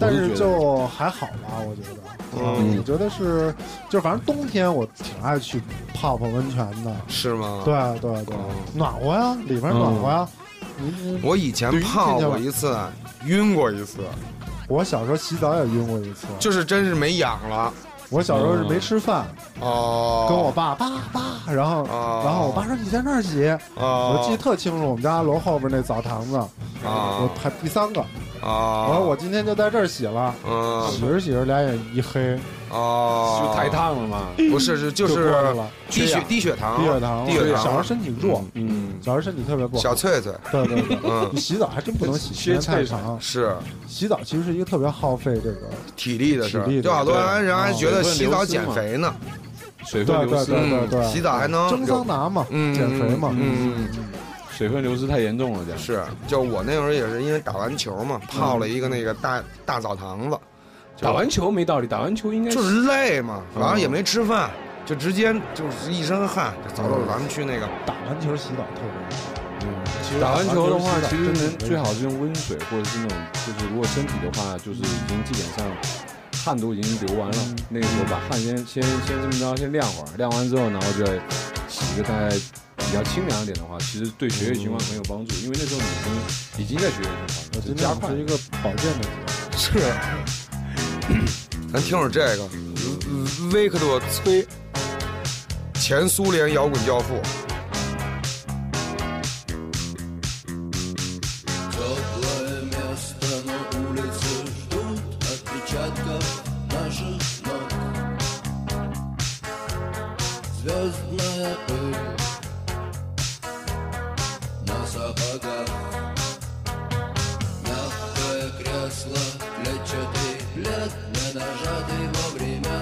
S3: 但
S6: 我
S3: 是
S6: 觉得
S3: 就还好吧，我觉得。
S5: 嗯
S3: 我觉得是，就反正冬天我挺爱去泡泡温泉的。
S5: 是吗？
S3: 对对对
S5: 哦，嗯
S3: 暖和呀，里边暖和呀。你你
S5: 我以前
S3: 对
S5: 泡
S3: 进去吧
S5: 过一次，晕过一次，
S3: 我小时候洗澡也晕过一次，
S5: 就是真是没氧了。
S3: 我小时候是没吃饭，
S5: 哦，
S3: 跟我爸爸爸，然后
S5: 哦
S3: 然后我爸说你在那儿洗，
S5: 哦，
S3: 我记得特清楚，我们家楼后边那澡堂子，
S5: 哦
S3: 我排第三个，我
S5: 啊，
S3: 说我今天就在这儿洗了，洗
S5: 嗯
S3: 着洗着俩眼一黑，
S5: 哦，
S6: 就抬烫了嘛。
S5: 不是是就
S3: 就过
S5: 是
S3: 去了，
S5: 低血低血糖
S3: 低血糖了，
S5: 低血
S3: 小时候
S5: 糖
S3: 身体弱，
S6: 嗯，
S3: 小时候身体特别不
S5: 小
S3: 好，
S5: 翠翠
S3: 对对对。
S5: 嗯
S3: 你洗澡还真不能洗时间太长，
S5: 是
S3: 洗澡其实是一个特别耗费这个，
S5: 体力的事
S3: 体力
S5: 儿，
S3: 的哦
S5: 就好多
S3: 对
S5: 人人还觉得洗澡
S6: 水分流失
S5: 减
S6: 嘛
S5: 肥呢，
S6: 水
S3: 对对
S6: 分流
S3: 对
S6: 失，
S3: 对
S5: 嗯
S3: 对，
S5: 洗澡还能
S3: 蒸桑拿嘛，
S5: 嗯
S3: 减肥嘛，
S5: 嗯，嗯
S6: 水分流失太严重了，这样。
S5: 是，就我那会儿也是因为打完球嘛，泡了一个那个大大澡堂子，
S6: 打完球没道理，打完球应该
S5: 就是累嘛，
S6: 嗯
S5: 完了也没吃饭，就直接就是一身汗，就走
S3: 嗯
S5: 走，咱们去那个
S3: 打完球洗澡特别
S6: 嗯打完球的话，
S3: 打完球
S6: 其实
S3: 洗澡
S6: 能最好是用温水，或者是那种就是如果身体的话，就是已经基本上汗都已经流完了，那个时候把汗先先先这么着先晾会儿，晾完之后，然后再洗一个大概比较清凉一点的话，其实对血液循环很有帮助，因为那时候你已经已经在血液循
S3: 我
S6: 环了，
S3: 今
S6: 就
S3: 天
S6: 加
S3: 我
S6: 快
S3: 是一个保健的节目，
S5: 是，咱听会这个，维克多崔，前苏联摇滚教父。
S9: Звездная пыль на сапогах Мягкое кресло, клетчатый плед Не нажатый во время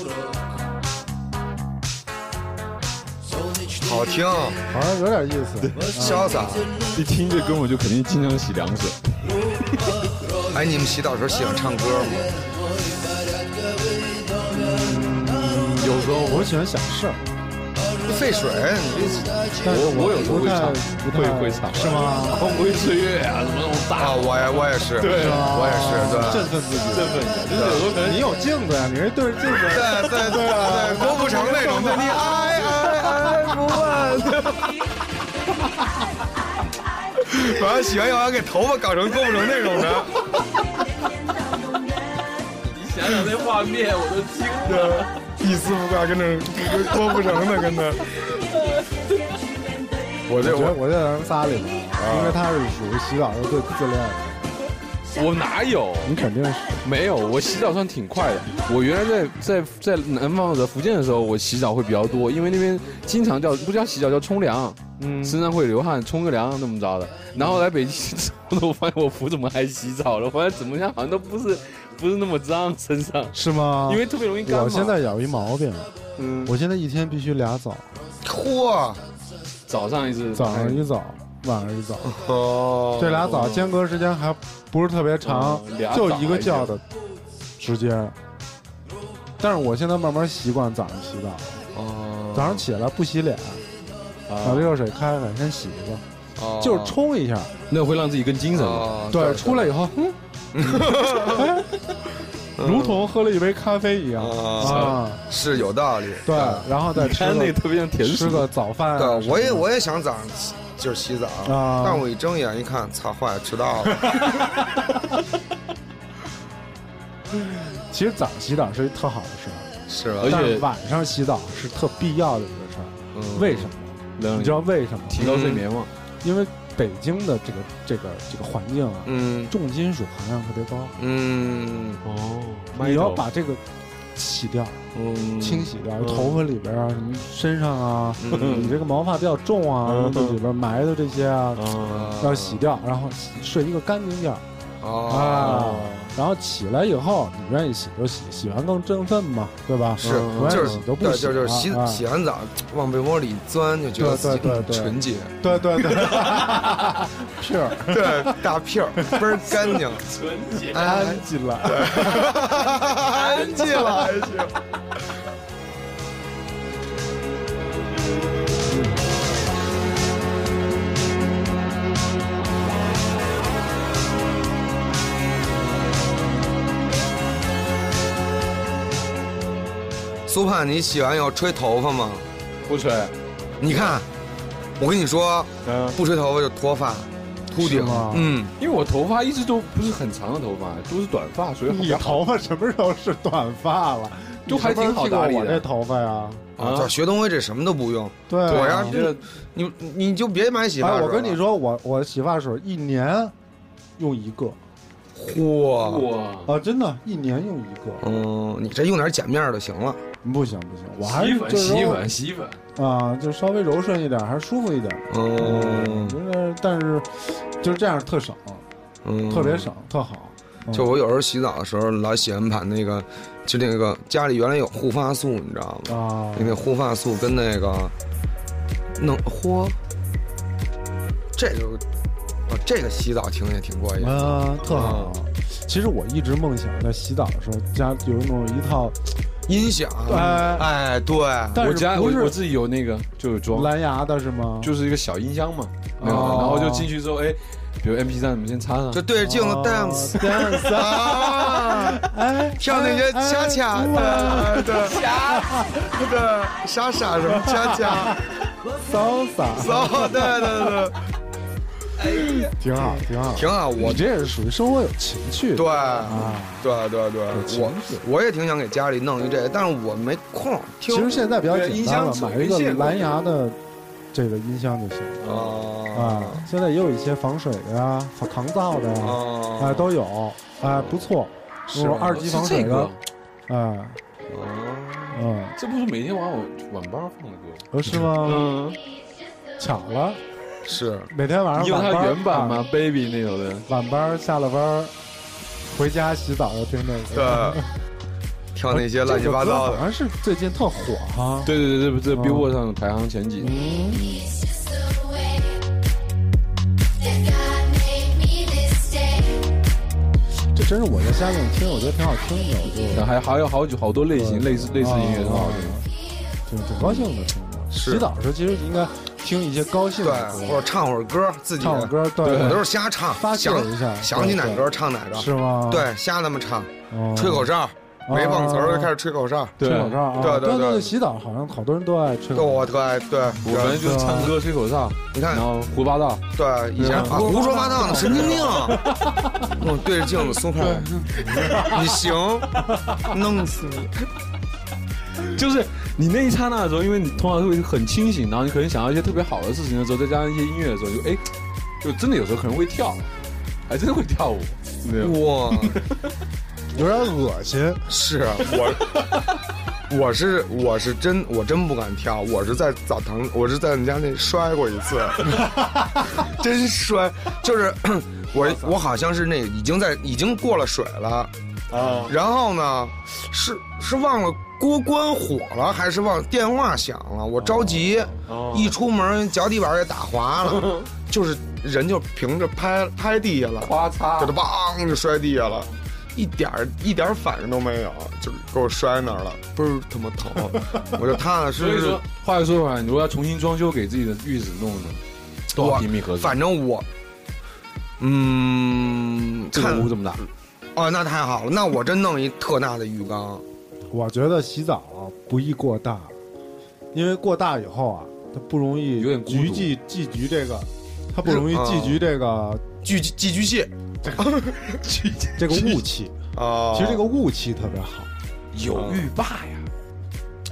S9: урок Солнечный
S5: 好听，
S3: 好像有点意思。
S5: 潇洒。
S6: 一听这歌我就肯定经常洗凉水，
S5: 哎，你们洗澡的时候喜欢唱歌吗？
S6: 有时候
S3: 我喜欢想事儿，
S5: 费水，你这
S3: 但是
S6: 我有时候
S3: 不
S6: 会
S3: 太
S6: 唱
S3: 不，太
S6: 会会唱，
S3: 是吗？
S6: 光辉岁月啊，什么那种大
S5: 啊，我也我也是，
S6: 对
S5: 我也是，
S3: 振奋
S5: 对，
S3: 自己，
S6: 振奋的，就是有时候可能
S3: 你有镜子呀，你是对着镜子。
S5: 对对啊对对，郭富城那 哎种，对你爱爱爱不完。反正洗完要给头发搞成够不成那种的。
S8: 你想想那画面，我都惊了。
S5: 一丝不挂，跟那儿多不成的，跟那儿。我这
S3: 我觉得
S5: 我
S3: 我在咱们仨里面，因
S6: 啊
S3: 为他是属于洗澡又最自恋的，
S6: 我哪有？
S3: 你肯定是
S6: 没有，我洗澡算挺快的。我原来在在在南方的福建的时候，我洗澡会比较多，因为那边经常叫不叫洗澡叫冲凉，
S3: 嗯
S6: 身上会流汗，冲个凉那么着的。然后来北京 之后呢，我发现我服怎么还洗澡了？我发现怎么样好像都不是不是那么脏身上，
S3: 是吗？
S6: 因为特别容易干嘛。
S3: 啊我现在有一毛病，
S6: 嗯，
S3: 我现在一天必须俩澡，
S5: 嚯
S6: 早上一次，
S3: 早上一澡，晚上一澡，
S5: 哦
S3: 这俩澡间隔时间还不是特别长
S6: 嗯俩，
S3: 就
S6: 澡
S3: 一个
S6: 一
S3: 觉
S6: 下
S3: 的时间。但是我现在慢慢习惯早上洗澡，
S5: 哦
S3: 早上起来不洗脸，
S6: 哎
S3: 把
S6: 啊
S3: 热水开开，先洗一个，
S5: 哦
S3: 就是冲一下。
S6: 那会让自己更精神嘛。
S5: 哦
S3: 对，出来以后，嗯，哎如同喝了一杯咖啡一样
S5: 啊
S3: 啊。
S5: 是有道理。
S3: 对，然后再吃
S6: 看那
S3: 个
S6: 个特别像甜
S3: 吃
S6: 食，
S3: 个早饭啊。
S5: 对，我也我也想早上洗就是洗澡，
S3: 啊
S5: 但我一睁眼一看，操，坏了，迟到了。
S3: 其实早上洗澡是一特好的事儿，
S5: 是吧
S6: 而？且
S3: 但是晚上洗澡是特必要的一个事儿。
S5: 嗯
S3: 为什么？
S6: 能
S3: 你知道为什么吗？
S6: 提高睡眠嘛？
S3: 因为北京的这个这个这个环境啊，
S5: 嗯
S3: 重金属含量特别高，
S5: 嗯
S6: 哦，
S3: 你要把这个洗掉、
S5: 嗯
S3: 清洗掉，头发里边啊、什么身上啊，
S5: 嗯
S3: 你这个毛发比较重啊，
S6: 嗯
S3: 这里边埋的这些啊，
S5: 嗯
S6: 啊
S3: 要洗掉，然后洗睡一个干净觉儿啊
S5: 哦，。
S3: 然后起来以后，你愿意洗就洗，洗完更振奋嘛，对吧？
S5: 是
S3: 不愿
S5: 就
S3: 意
S5: 是
S3: 嗯洗就不
S5: 对
S3: 洗
S5: 就
S3: 了，
S5: 是洗
S3: 啊
S5: 洗完澡往被窝里钻，就觉得自己
S3: 对对对对
S5: 纯洁，
S3: 对对对，pure
S5: 对大片儿倍儿干净，哎
S3: 安进来。
S5: 安静了还行。苏盼，你洗完以后吹头发吗？
S6: 不吹，
S5: 你看，我跟你说，
S6: 嗯，
S5: 不吹头发就脱发、秃
S3: 是
S5: 顶
S3: 吗。
S5: 嗯，
S6: 因为我头发一直都不是很长的头发，都是短发，所以比
S3: 你
S6: 较好
S3: 头发什么时候是短发了？
S6: 就还挺好打
S3: 的。
S6: 理的
S3: 我这头发呀，
S5: 啊，操学东辉这什么都不用，
S3: 对啊，
S5: 我呀
S6: 你这
S5: 你你就别买洗发水
S3: 哎，
S5: 了。
S3: 我跟你说，我我洗发水一年用一个
S5: 嚯，
S6: 哇，
S3: 啊，真的，一年用一个，
S5: 嗯，你这用点碱面儿就行了。
S3: 不行不行，我还是就是
S8: 洗衣
S3: 说
S8: 粉，洗衣粉。
S3: 啊，就稍微柔顺一点，还是舒服一点。
S5: 嗯
S3: 就是但是就是这样特省，
S5: 嗯，
S3: 特别。省，特好。嗯
S5: 就我有时候洗澡的时候，老洗完盘那个，就那个家里原来有护发素，你知道吗？
S3: 啊，
S5: 那护发素跟那个弄嚯，这个啊，这个洗澡听着也挺过瘾。
S3: 啊，特好。其实我一直梦想在洗澡的时候家有那种一套，
S5: 音响，
S3: 哎
S5: 哎，对，
S3: 但
S6: 我
S3: 是
S6: 家
S3: 不
S6: 我我
S3: 是
S6: 自己有那个就有装，
S3: 蓝牙的是吗？
S6: 就是一个小音箱嘛，没有的
S3: 哦
S6: 然后就进去之后，哎，比如 M P 三，我们先插上
S5: 就，对着镜子
S3: 哦
S5: dance。
S3: dance，
S5: 啊，
S3: 哎，
S5: 跳那些恰恰的，对，恰，对，傻傻什么恰恰，
S3: 潇洒，
S5: 走，对对对，
S3: 挺好，挺好。
S5: 挺好，
S3: 我
S5: 我
S3: 这是属于生活有情趣，
S5: 对
S3: 啊。
S5: 对对对，
S3: 情
S5: 我
S3: 绪
S5: 我也挺想给家里弄一这个，但是我没空
S3: 其
S5: 听。
S3: 实现在比较
S5: 对
S3: 简
S5: 音
S3: 单
S5: 箱
S3: 了，
S5: 走
S3: 买一
S5: 音
S3: 个
S5: 线
S3: 蓝牙的这个音箱就行了
S5: 啊
S3: 啊。现在也有一些防水的呀、防抗噪的呀，
S5: 啊
S3: 哎，都有，哎，不错，那种二级防
S6: 是
S3: 水
S6: 这
S3: 的
S6: 个，，
S3: 哎，嗯。
S6: 这不是每天晚上晚班放的歌，
S3: 哦，是吗？
S6: 嗯，
S3: 巧了，
S5: 是
S3: 每天晚上
S6: 你有它
S3: 晚班
S6: 原版
S3: 啊
S6: 吗？Baby 那首的，
S3: 晚班下了班儿回家洗澡要听那
S5: 对
S3: 个。，
S5: 跳那些乱七八糟
S3: 这首歌好
S5: 的，
S3: 像是最近特火啊哈。
S6: 对对对对，这 Billboard 上排行前几，
S3: 嗯，这真是我在家里听，我觉得挺好听的，我就
S6: 但还还有好久好多类型类似类似音乐很
S3: 哦
S6: 好听。
S3: 听，挺挺高兴的听着。
S5: 是
S3: 洗澡的时候其实应该听一些高兴
S5: 对
S3: 的，
S5: 或
S3: 歌
S5: 者，唱会儿歌，自己
S3: 唱会儿歌，
S5: 我都
S3: 对，
S5: 是瞎唱
S3: 发，泄
S5: 想
S3: 一下
S5: 想起哪
S3: 对对
S5: 歌唱哪个，
S3: 是吗？
S5: 对，瞎那么唱，
S3: 哦，
S5: 吹口哨，没忘词儿就开始吹口哨，
S3: 吹口哨啊，
S5: 对
S3: 对
S5: 对对
S3: 洗澡好像好多人都爱吹
S5: 对
S3: 口
S5: 我特爱哦对，
S6: 我们就是唱歌、吹口哨，
S3: 嗯
S5: 你看
S6: 然后胡八道。
S5: 对以前啊胡说八道呢，神 经病，我对着镜子松开， 你行，弄死你，
S6: 就是你那一刹那的时候，因为你通常会很清醒，然后你可能想到一些特别好的事情的时候，再加上一些音乐的时候，就哎，就真的有时候可能会跳，还真的会跳舞。没有，
S5: 哇，
S3: 哨，有点恶心。
S5: 是啊我。我是我是真我真不敢跳，我是在澡堂，我是在我们家那摔过 一次，真摔，就是 我我好像是那已经在已经过了水了，
S3: 啊，
S5: 然后呢，是是忘了锅关火了，还是忘电话响了？我着急，
S6: 哦
S3: 哦
S5: 一出门脚底板给打滑
S6: 嗯
S5: 了，就是人就凭着拍拍地下了，
S6: 花擦
S5: 给他梆就摔地下了。一点儿一点儿反应都没有，就给我摔那儿了，倍儿他妈疼，我就踏踏
S6: 所
S5: 实
S6: 以
S5: 实
S6: 说，，话又说回来，你如果要重新装修给自己的浴室弄呢，多少
S5: 我
S6: 平米合适？
S5: 反正我，嗯，
S6: 这个
S5: 看
S6: 屋这么大，
S5: 哦，那太好了，那我真弄一特大的浴缸，
S3: 我觉得洗澡啊不宜过大，因为过大以后啊，它不容易
S6: 有点孤独
S3: 聚集聚集这个，它不容易
S5: 是
S3: 聚集这个
S5: 寄居寄居蟹
S3: 这个雾气。
S6: 哦
S5: 啊，
S3: 其实这个雾气特别好，
S5: 嗯
S6: 有浴霸呀。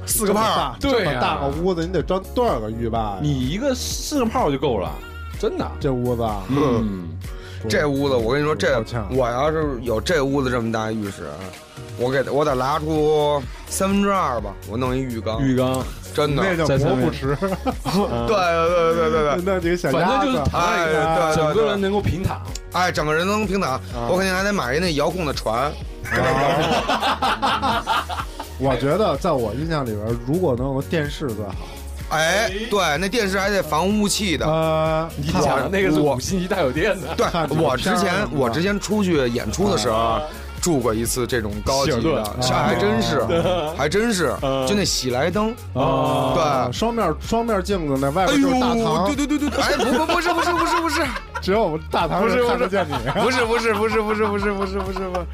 S5: 四个
S3: 嗯这么
S5: 泡儿。嗯
S3: 大
S6: 对呀
S3: 这么大个屋子，你得装多少个浴霸呀？
S6: 你一个四个泡就够了，真的。
S3: 这屋子啊，
S6: 嗯，
S5: 这屋子，我跟你说，这
S3: 抱歉啊
S5: 我要是有这屋子这么大浴室，啊我给我得拿出三分之二吧，我弄一浴缸，
S6: 嗯浴缸，嗯
S5: 真的，
S3: 那嗯
S5: 对
S3: 叫
S6: 在上
S3: 蘑
S6: 面
S3: 菇 池，
S5: 嗯对对对对对，
S3: 那几个小
S6: 反
S3: 鸭
S6: 正
S3: 子，
S6: 就是躺在一个，
S5: 哎对对对
S6: 整个人能够平躺。
S5: 哎，整个人都能平
S3: 啊
S5: 躺，我肯定还得买一那遥控的船，
S3: 我觉得在我印象里边，如果能有个电视最好。
S5: 哎，对，那电视还得防雾气的。
S3: 呃，
S6: 你
S3: 看
S6: 讲的那个是
S5: 我
S6: 五星级大酒店的，
S5: 对
S3: 看这，个
S5: 我之
S3: 片儿啊
S5: 前
S3: 是吧
S5: 我之前出去演出的时候。啊住过一次这种高级
S6: 希尔
S5: 的
S6: 顿，
S5: 这还真是，还真是，就那喜来登，
S3: 嗯啊，
S5: 对，
S3: 双面双面镜子那外
S5: 哎
S3: 边就是大
S5: 呦，
S3: 堂
S5: 对，对对对对，哎，不不不是不是不是不是，
S3: 只有我们大堂
S5: 不是
S3: 人
S5: 不
S3: 看
S5: 是
S3: 得 见你。
S5: 不是不是不是不是不是不是不是不是，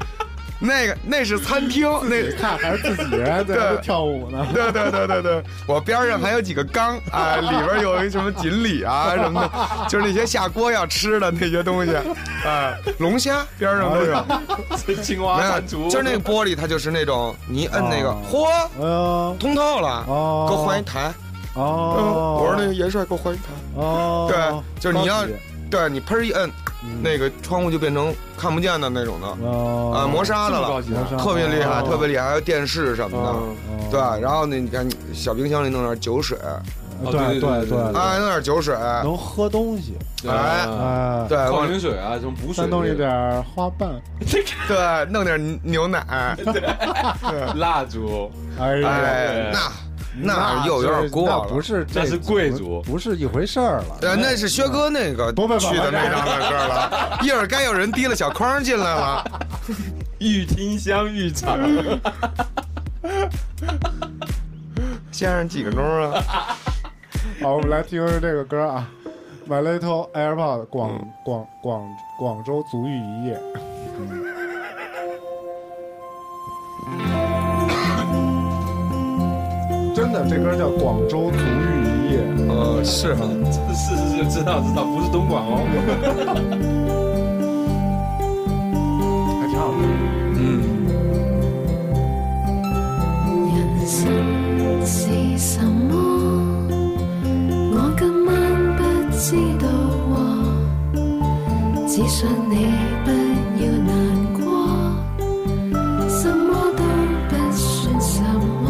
S5: 那个那是餐厅，那
S3: 看还是自己人在那
S5: 对
S3: 跳舞呢。
S5: 对对对对对，我边上还有几个缸啊，里边有一什么锦鲤啊什么的，就是那些下锅要吃的那些东西，啊，龙虾边上都有，
S6: 是 青
S5: 没
S6: 蛙
S5: 有
S6: 蟾，蜍，
S5: 就是那个玻璃，它就是那种你一摁那个，嚯，
S3: 哎呦，
S5: 通透了，
S3: 哦，
S5: 给我换一台，嗯，
S3: 哦，
S5: 我说那个严帅给我换一台，
S3: 那哦，
S5: 对就是你要
S3: 高级
S5: 对你喷一摁，
S3: 嗯
S5: 那个窗户就变成看不见的那种的，
S3: 哦
S5: 啊，磨砂的
S6: 这么高
S5: 了，
S6: 级的
S3: 磨砂
S5: 特别厉害，
S3: 哦
S5: 特别厉害，还有电视什么的。
S6: 嗯
S3: 哦
S5: 对，啊然后呢，你看小冰箱里弄点酒水，
S6: 哦
S3: 对对
S6: 对对对对
S5: 啊，弄点酒水，
S3: 能喝东西，
S5: 哎
S6: 啊
S3: 哎，
S5: 对，
S6: 矿
S5: 往
S6: 泉水啊，什么补水
S3: 再
S6: 之类的，
S3: 弄一点花瓣，
S5: 对，弄点牛奶，
S6: 蜡烛，
S3: 哎呀，
S5: 哎，那那
S3: 那
S5: 又有点过
S3: 那
S5: 了，
S3: 不是这，
S6: 那是贵族
S3: 不是一回事儿了。
S5: 对，那是薛哥那个
S3: 不不不
S5: 去的那张的歌了，一会儿该有人提了小筐进来了，
S6: 欲听香欲尝。
S5: 嗯 先生几个钟啊？
S3: 好，我们来听听这个歌啊，《My Little AirPod》广
S5: 嗯
S3: 广广广州足浴一夜。
S5: 嗯
S3: 真的，这歌叫《广州足浴一夜》。
S5: 呃，是吗？
S6: 哦是是是，知道知道，不是东莞哦。
S3: 还挺好的。
S7: 人生是什么？我今晚不知道喎，只想你不要难过，什么都不算什么。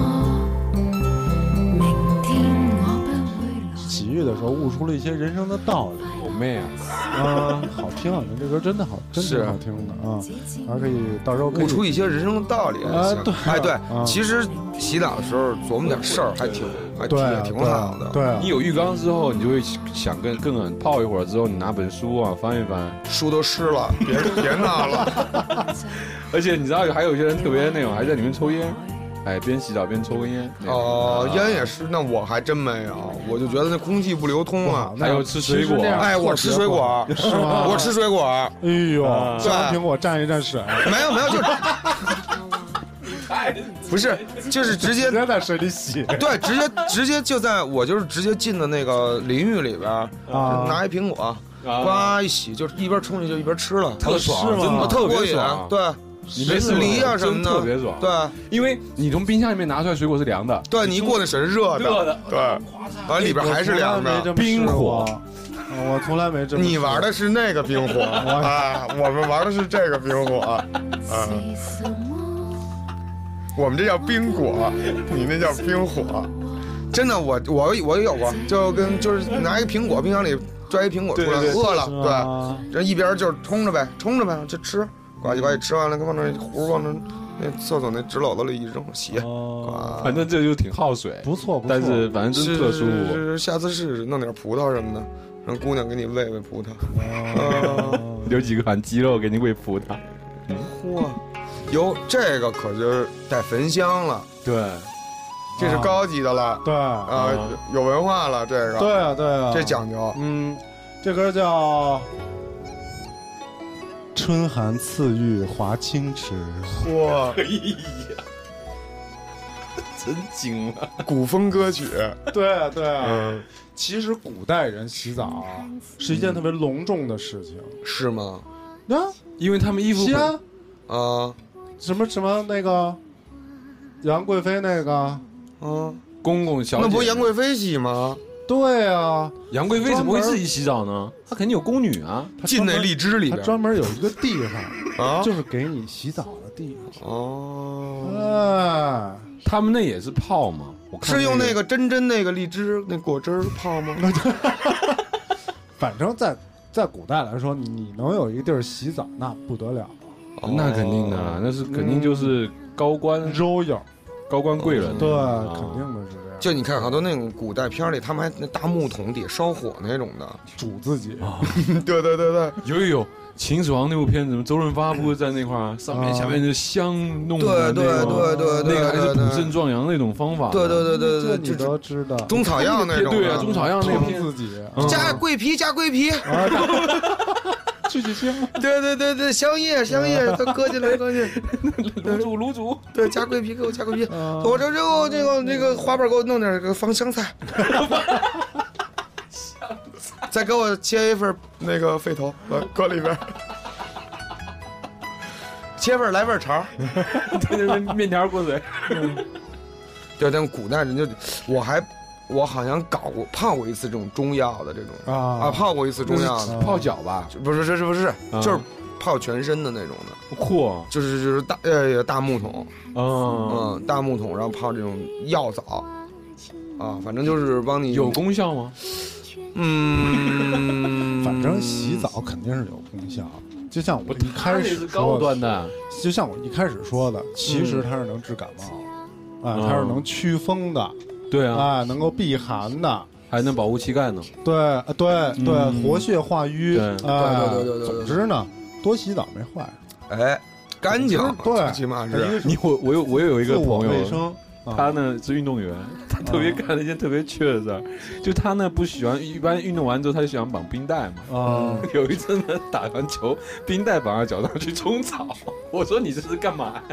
S7: 明天我不会老。
S3: 洗浴的时候悟出了一些人生的道理。
S6: 我妹啊，
S3: 啊，好听，啊，这歌真的好，真
S5: 是嗯
S3: 挺好听的啊。还可以到时候可以
S5: 悟出一些人生的道理还
S3: 啊
S5: 行
S3: 对啊
S5: 哎对
S3: 啊，
S5: 其实洗澡的时候琢磨点事儿还挺还挺
S3: 对
S5: 也
S3: 啊
S5: 挺
S3: 对啊
S5: 好的，
S3: 对啊
S6: 你，有浴缸之后，你就会想跟更冷泡一会儿之后，你拿本书啊翻一翻。
S5: 书都湿了，别别闹了，
S6: 而且你知道，还有一些人特别那种，还在里面抽烟，哎，边洗澡边抽根烟。那种
S5: 哦，烟也是，那我还真没有，我就觉得那空气不流通啊
S3: 哇。
S6: 还有吃水果
S3: 其实那样
S5: 哎，我吃水果，
S3: 是吗？
S5: 我吃。水果，
S3: 哎呦，
S6: 啊
S3: 吃完苹果蘸一蘸水，
S5: 没有没有，就
S8: 太
S5: 不是，就是直接
S3: 直接在水里 洗
S5: 对，直接直接就在我就是直接进的那个淋浴里边儿，
S3: 啊，
S5: 拿一苹果，
S8: 啊，
S5: 呱一洗，就是一边冲进去一边吃了，
S6: 特爽，
S3: 是吗
S6: 真的啊特
S5: 特哦
S6: 别
S5: 过瘾啊
S6: 爽。，
S5: 对
S6: 你没试过
S5: 梨啊
S6: 真
S5: 什么的
S6: 特别爽。，
S5: 对啊
S6: 因为你从冰箱里面拿出来水果是凉的，
S5: 对，你一过那水是热
S8: 热
S5: 的，
S8: 的，
S5: 对，完里边还是凉的。
S3: 的
S6: 冰火
S3: 嗯我从来没这么试过。
S5: 你玩的是那个冰火啊，我们玩的是这个冰火啊，我们这叫冰果，你那叫冰火。真的，我我我也有过，就跟就是拿一个苹果，冰箱里拽一苹果出来，
S8: 对对对
S5: 饿了，
S3: 是啊
S5: 对，
S3: 吗？
S5: 这一边就是冲着呗，冲着呗，就吃，呱唧呱唧吃完了，往那壶往那那厕所那纸篓子里一扔，洗，
S3: 哦，
S5: 呱
S6: 反正这就挺耗水，
S3: 不错不错，
S6: 但是反正真
S5: 是
S6: 特舒
S5: 是
S6: 服。
S5: 是下次试试弄点葡萄什么的，让姑娘给你喂喂葡萄。 啊
S3: 哦
S6: 有几个盘鸡肉给你喂葡萄，
S5: 嚯，有这个可就是带焚香了，
S6: 对，
S5: 这是
S3: 啊
S5: 高级的了
S3: 对
S5: 啊，有文化了，这个
S3: 对啊对啊，
S5: 这讲究。
S3: 嗯，这歌叫《春寒赐浴华清池》。
S5: 嚯，
S8: 哎呀，
S6: 真精了。
S5: 古风歌曲，
S3: 对啊对啊，
S5: 嗯，
S3: 其实古代人洗澡啊是一件特别隆重的事情。
S5: 是吗？
S3: 那
S6: 因为他们衣服
S3: 洗啊，
S5: 啊，
S3: 什么什么那个杨贵妃那个，
S5: 嗯，
S6: 公公小姐，
S5: 那不杨贵妃洗吗？
S3: 对啊，
S6: 杨贵妃怎么会自己洗澡呢？她肯定有宫女啊。
S3: 她
S5: 进那
S3: 专门
S5: 荔枝里
S3: 她
S5: 边
S3: 专门有一个地方，
S5: 啊，
S3: 就是给你洗澡的地方。
S5: 哦，
S3: 哎，
S6: 他们那也是泡嘛，我看
S5: 是用
S6: 那
S5: 那个真真那个荔枝那果汁儿泡吗？
S3: 反正在在古代来说，你能有一个地儿洗澡，那不得了，
S6: 个那肯定的啦，那是肯定就是高官
S3: 都有。
S6: 高官贵人，
S3: 对，
S6: 嗯啊
S3: 肯定的是这样，
S5: 就你看好多那种古代片儿里，他们还那大木桶底下烧火那种的。
S3: 煮自己。
S6: 啊
S5: 对对对对，
S6: 有有有。秦始皇那部片子，周润发不是在那块儿，上面
S3: 啊
S6: 下面就香弄
S5: 对
S6: 的
S5: 对
S6: 那种
S5: 对对对，
S6: 那个还是
S5: 对对
S6: 补肾壮阳那种方法，
S5: 对对对对
S3: 这
S5: 对，
S3: 你
S5: 就是
S3: 都知道，
S5: 中草药那种的，
S6: 对啊，中草药那
S3: 装
S6: 片，
S3: 自己
S6: 嗯
S5: 加桂皮加桂皮，
S3: 啊，去去听，
S5: 对对对对，香叶香叶都搁进来搁进，来，
S6: 卤煮卤煮，
S5: 对加桂皮给我加桂皮，
S3: 啊
S5: 我这这我这个这个花瓣给我弄点个放香菜， 再给我切一份那个肺头，来搁里边。切份来份肠，
S6: 对对对，面条过水，
S5: 对，但古代人就，我还，我好像搞过泡过一次这种中药的这种
S3: 啊
S5: 啊，泡过一次中药的，
S6: 泡脚吧，
S5: 不是，这是不是
S6: 啊，
S3: 嗯
S5: 就是泡全身的那种的，
S6: 嚯，
S5: 就是就是大呃大木桶，
S6: 嗯，
S5: 嗯，大木桶，然后泡这种药枣，啊，反正就是帮你
S6: 有，功效吗？
S5: 嗯，
S3: 反正洗澡肯定是有功效。就像我一
S8: 它
S3: 开
S8: 那
S3: 始
S8: 是高
S3: 说的，
S6: 端的，
S3: 就像我一开始说的，其实它是能治感冒，啊，
S6: 嗯
S3: 它是能祛风的，
S6: 对啊，
S3: 啊，能够避寒的，
S6: 还能保护 膝盖呢。
S3: 对，啊对对，
S6: 嗯
S3: 活血化瘀，
S6: 对
S3: 哎
S5: 对对对对对
S3: 总
S5: 对
S3: 之呢，多洗澡没坏，
S5: 哎干净，
S3: 对
S5: 最起码是
S6: 你我我有我有一
S3: 自
S6: 个
S3: 我
S6: 朋
S3: 卫
S6: 友，
S3: 生，啊
S6: 他呢是运动员，他特别干了一件特别缺的事儿，就他呢不喜欢，一般运动完之后他就喜欢绑冰带嘛。
S3: 啊，
S6: 有一次呢，打完球，冰带绑在脚上去冲澡。 我说你这是干嘛呀？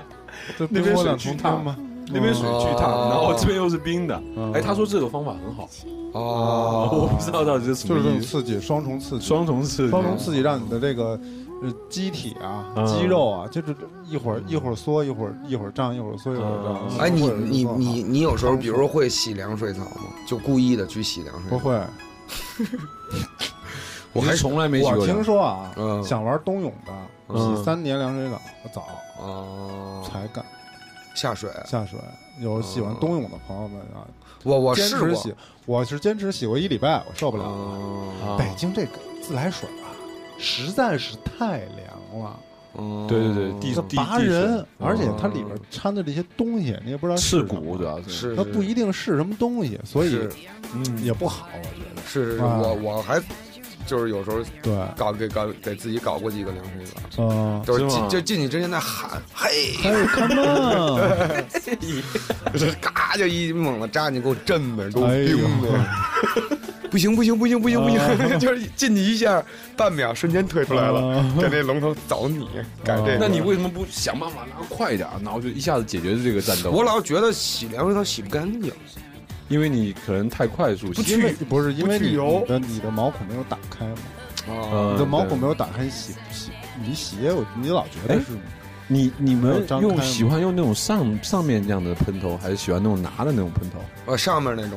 S3: 这
S6: 那边
S3: 冰火
S6: 水
S3: 两
S6: 巨
S3: 重
S6: 烫
S3: 天吗？
S6: 那边水巨烫，
S5: 哦
S6: 然后这边又是冰的。
S3: 啊嗯啊
S6: 哎，他说这个方法很好，
S5: 哦，
S6: 我不知道到底是什
S3: 就
S6: 么
S3: 是这种
S6: 意思，
S3: 刺激，双重刺激，
S6: 双重刺激
S3: 双重刺激让你的这个呃机体啊、
S6: 嗯
S3: 肌肉啊，就是一会儿一会儿缩，一会儿一会儿胀，一会儿缩，一会儿
S6: 嗯
S3: 胀。
S5: 哎，你
S3: 一会儿啊就
S5: 你
S3: 好
S5: 你你有时候，比如说会洗凉水澡吗？就故意的去洗凉水
S3: 不
S5: 澡，
S3: 会？
S5: 我还
S6: 你是从来没洗
S3: 我
S6: 过
S3: 听
S6: 凉。
S3: 说啊
S5: 嗯，
S3: 想玩冬泳的
S6: 嗯
S3: 洗三年凉水澡澡
S5: 哦，
S3: 才敢
S5: 下水，
S3: 下水。有喜欢冬泳的朋友们啊，
S5: 我我
S3: 坚
S5: 哦试
S3: 持
S5: 过
S3: 洗，，我是坚持洗过一礼拜，我受不了了。
S5: 哦，
S6: 啊
S3: 北京这个自来水啊，实在是太凉了。
S5: 哦
S6: 对对对地
S3: 这
S6: 地
S3: 拔
S6: 地水
S3: 人，而且
S5: 嗯
S3: 它里边掺的这些东西，你也不知道是
S6: 刺
S3: 什么
S6: 骨主要是，
S5: 是
S3: 它不一定是什么东西，所以
S5: 是
S6: 嗯，
S3: 也不好，我觉得。
S5: 是是，是
S3: 啊
S5: 我我还就是有时候
S3: 对，
S5: 搞给搞给自己搞过几个凉水澡。
S3: 嗯，
S5: 都是
S6: 是吗
S5: 进就进去之前在喊，嘿，
S3: 还 有 come on，
S5: 就是嘎就一猛子扎你，给我震的，给我
S3: 哎呦
S5: 冰的，不行不行不行不行不行， 就是进去一下，半秒瞬间退出来了
S3: 啊，
S5: 给那龙头找你，改这个。
S6: 那你为什么不想办法拉快一点，然后就一下子解决这个战斗？
S5: 我老觉得洗凉水澡洗不干净，
S6: 因为你可能太快速，
S5: 不去
S3: 因为不是因为
S5: 不去
S3: 你
S5: 油
S3: 你的你的毛孔没有打开嘛，
S5: 啊，
S6: 呃
S3: 你的毛
S6: 对
S3: 孔没有打开，洗洗你鞋，我你老觉得
S6: 哎
S3: 是
S6: 你你
S3: 没
S6: 们
S3: 有张开
S6: 用
S3: 吗
S6: 喜欢用那种上上面这样的喷头，还是喜欢那种拿的那种喷头
S5: 呃，上面那种，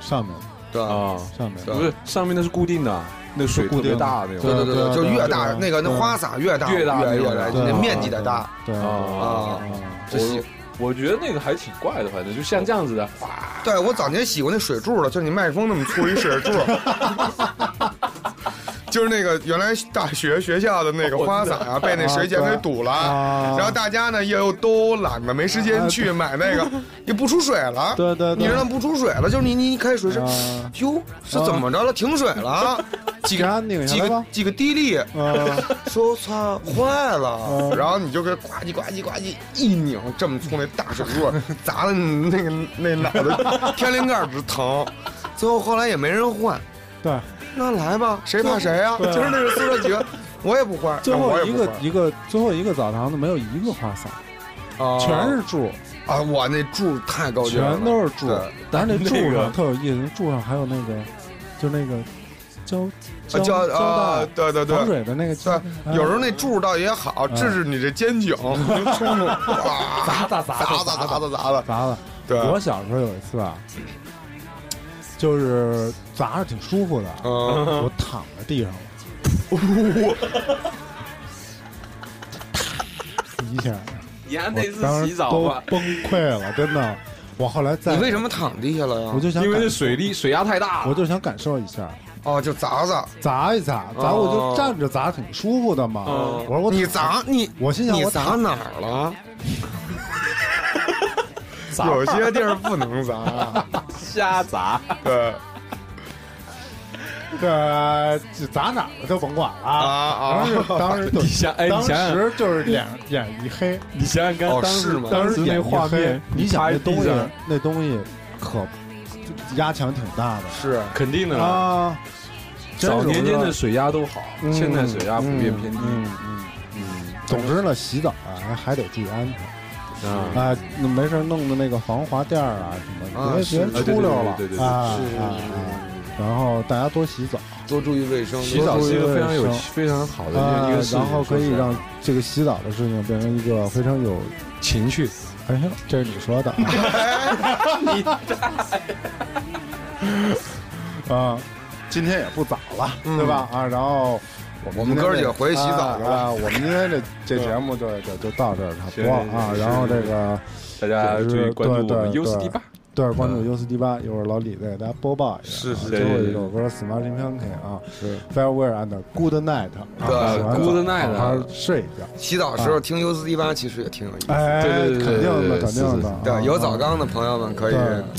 S3: 上面
S5: 对吧？
S6: 啊？
S3: 上面
S5: 对
S6: 不是，上面那是固定的，那水
S3: 是固
S6: 特别
S3: 定的
S6: 大那
S5: 对
S6: 种。
S5: 对
S3: 对
S5: 对，
S3: 啊
S5: 就
S3: 对啊
S5: 越
S3: 对
S5: 大
S3: 啊
S5: 那个那
S3: 对啊
S5: 花洒越大
S6: 越大
S5: 越
S6: 越
S5: 越
S6: 大
S5: 来，
S6: 对
S5: 那
S6: 啊
S5: 面积得大
S3: 对
S5: 啊。这洗
S6: 我我觉得那个还挺怪的，反正就像这样子的，哗，
S5: 对我早年洗过那水柱了，就是你麦克风那么粗一水柱， 就是那个原来大学学校的那个花洒啊，被那水井给堵了，
S3: 啊
S5: 然后大家呢又都懒得没时间去买那个，也不出水了。
S3: 对对对
S5: 你知道不出水了，就是你你一开始是
S3: 啊，
S5: 哟是怎么着了？停水了，几
S3: 给它
S5: 个
S3: 拧
S5: 几
S3: 下来
S5: 个
S3: 吧，
S5: 几个滴沥，
S3: 啊，
S5: 说操坏了，
S3: 啊
S5: 然后你就给呱唧呱唧呱唧一拧，这么粗那大水柱 砸了你那个那脑袋天灵盖儿直 疼，最后后来也没人换，
S3: 对，
S5: 那来吧，谁怕谁啊？
S3: 对啊
S5: 就是那个宿舍 几个，我也不换，
S3: 最
S5: 那我
S3: 后
S5: 也
S3: 一
S5: 不
S3: 个
S5: 换
S3: 一个最后一个澡堂子没有一个花洒，
S5: 啊
S3: 全是柱，
S5: 啊，我那柱太高级了，
S3: 全都是柱
S5: 对，
S3: 但 是那柱
S6: 那
S3: 上
S6: 个
S3: 特有意思，那柱上还有那个，就那个胶胶
S5: 啊叫啊
S3: 胶，
S5: 对对
S3: 带防
S5: 对。
S3: 水的嗯那个胶
S5: 对
S3: 带，，
S5: 有时候那柱倒也好，治治你这 肩颈，能冲冲，哇，
S3: 砸砸砸
S5: 砸
S3: 砸
S5: 砸砸砸砸的，
S3: 砸了。
S5: 对，
S3: 我小时候有一次啊，就是砸着挺舒服的，
S5: 嗯，
S3: 我躺在地上了，一下，
S8: 你还那
S3: 我
S8: 次
S3: 当
S8: 洗
S3: 时
S8: 澡
S3: 都
S8: 吧？
S3: 崩溃了，真的。我后来再，
S5: 你为什么躺地下了呀
S3: 我？就想
S6: 因为
S3: 感
S6: 那水力水压太大
S3: 我
S6: 了。
S3: 就想感受一下，
S5: 哦，就砸砸，
S3: 砸一砸，砸我就站着砸挺舒服的嘛。
S6: 哦
S3: 我说我
S5: 你砸你，
S3: 我心想
S5: 你
S3: 我
S5: 砸
S3: 躺
S5: 哪儿了？有些地儿不能 砸，
S8: 瞎 砸，
S5: 对
S3: 这这砸哪儿了就甭管
S5: 啊
S3: 了。
S5: 啊
S3: 当！时当时就
S6: 你想，哦 哎，你
S3: 当
S6: 想想，
S3: 时就是脸脸一黑，
S6: 你想想看，
S5: 哦
S6: 当时
S5: 是吗
S6: 当时
S3: 眼
S6: 那
S3: 一
S6: 画
S3: 黑
S6: 面，
S3: 你想
S6: 拍
S3: 那
S6: 地
S3: 东西
S6: 上，
S3: 那东西可就压强挺大的
S5: 是
S6: 肯定的啦。
S3: 啊。真
S6: 早
S3: 是
S6: 年间
S3: 我知
S6: 的水压都好，
S3: 道
S6: 现在水压普遍偏低。
S3: 嗯嗯嗯。总之呢，洗澡啊还得注意安全。
S6: 啊，
S3: 啊，那没事儿弄的那个防滑垫儿啊什么
S5: 啊
S3: 的，别
S5: 是
S3: 别出溜了
S6: 啊对对对对对
S3: 啊
S5: 是
S3: 啊啊！然后大家多洗澡，
S5: 多注意卫生，
S6: 洗澡是一个非常
S3: 嗯多
S6: 有
S3: 注意卫
S6: 非常好的
S3: 啊
S6: 一个，事情
S3: 然后可以让这个洗澡的事情变成一个非常有，
S6: 情趣。
S3: 哎呦，这是你说的 啊啊！今天也不早了，对吧？啊，然后
S5: 我
S3: 我今
S5: 们
S3: 天
S5: 哥儿几
S3: 这
S5: 个回去洗澡去了
S3: 啊啊！我们今天这这节目就就就到这儿差不多
S6: 行
S3: 啊。
S6: 行
S3: 然后这个。
S6: 大家注意关注我们
S3: 对对
S6: U 四 D 八。
S3: 对，关注 U 四 D 八，一会儿老李再给大家播报一下。啊
S5: 是是
S3: 最后
S6: 对
S3: 一
S6: 对
S3: 首歌《Smarting Monkey》啊，
S5: 是
S3: Farewell and Good Night 啊。
S5: 对
S3: 喜欢早
S6: Good night
S3: 好好睡一觉。
S5: 洗澡的时候听 U 四 D 八其实也挺有意思。
S3: 哎，
S6: 对对对
S3: 肯定的，
S6: 对对
S3: 肯定的。啊
S5: 对，有澡。缸的朋友们可以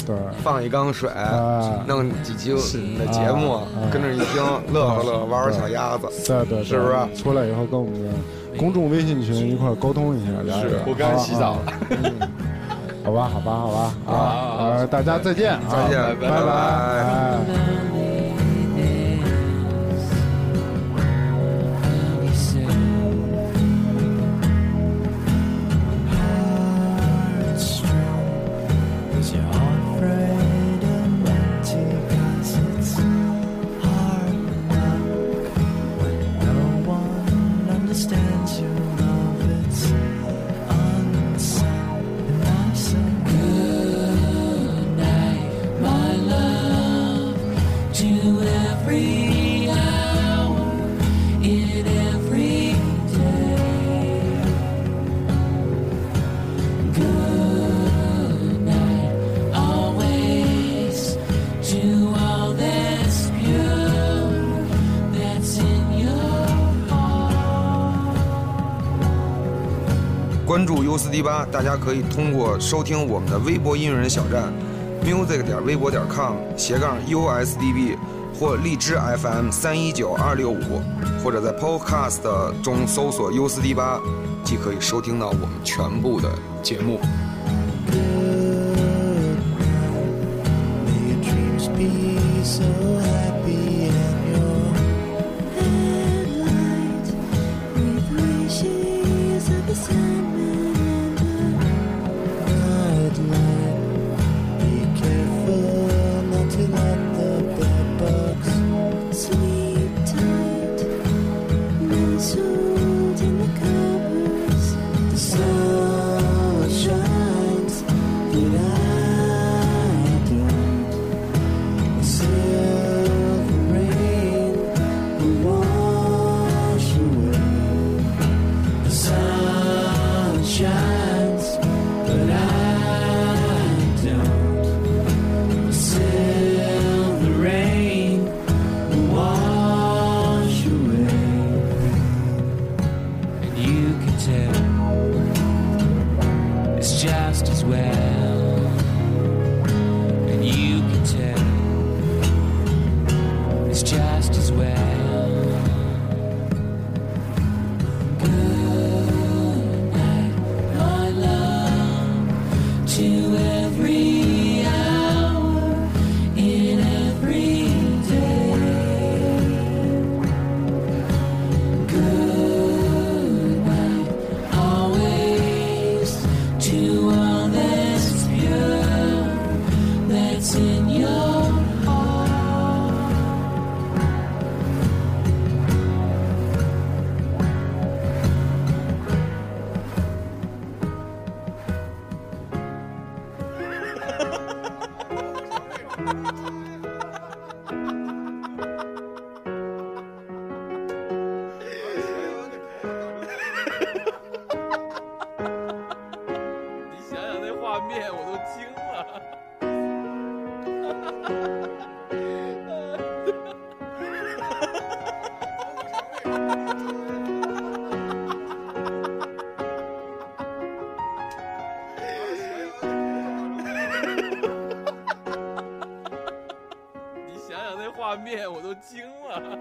S3: 对对
S5: 放一缸水
S3: 啊，
S5: 弄几期的节目
S3: 啊啊，
S5: 跟这一听，乐呵哎乐呵，玩玩小鸭子。
S3: 对对，对
S5: 是不
S6: 啊
S5: 是
S3: 出来以后跟我们的公众微信群一块儿沟通一下，聊一聊。
S6: 我刚才洗澡
S3: 了。好吧，好吧，好吧啊
S6: 啊
S3: 呃！大家再见啊，
S5: 再见
S3: 拜
S5: 哎拜拜
S3: 拜。哎
S4: Understands your love, it's unsung and unsung.
S9: That's in your
S5: 关注 U 四 D 八，大家可以通过收听我们的微博音乐人小站，music 点微博点 com 斜杠 USDB 或荔枝 FM 三一九二六五，或者在 Podcast 中搜索 U 四 D 八，即可以收听到我们全部的节目。
S9: May your dreams be so happy.
S4: It's just as well. And you can tell it's just as well. Good night, my love, to every hour in every day. Good night, always to all that's pure that's in your heart.
S8: 你想想那画面，我都惊了。你想想那画面，我都惊了。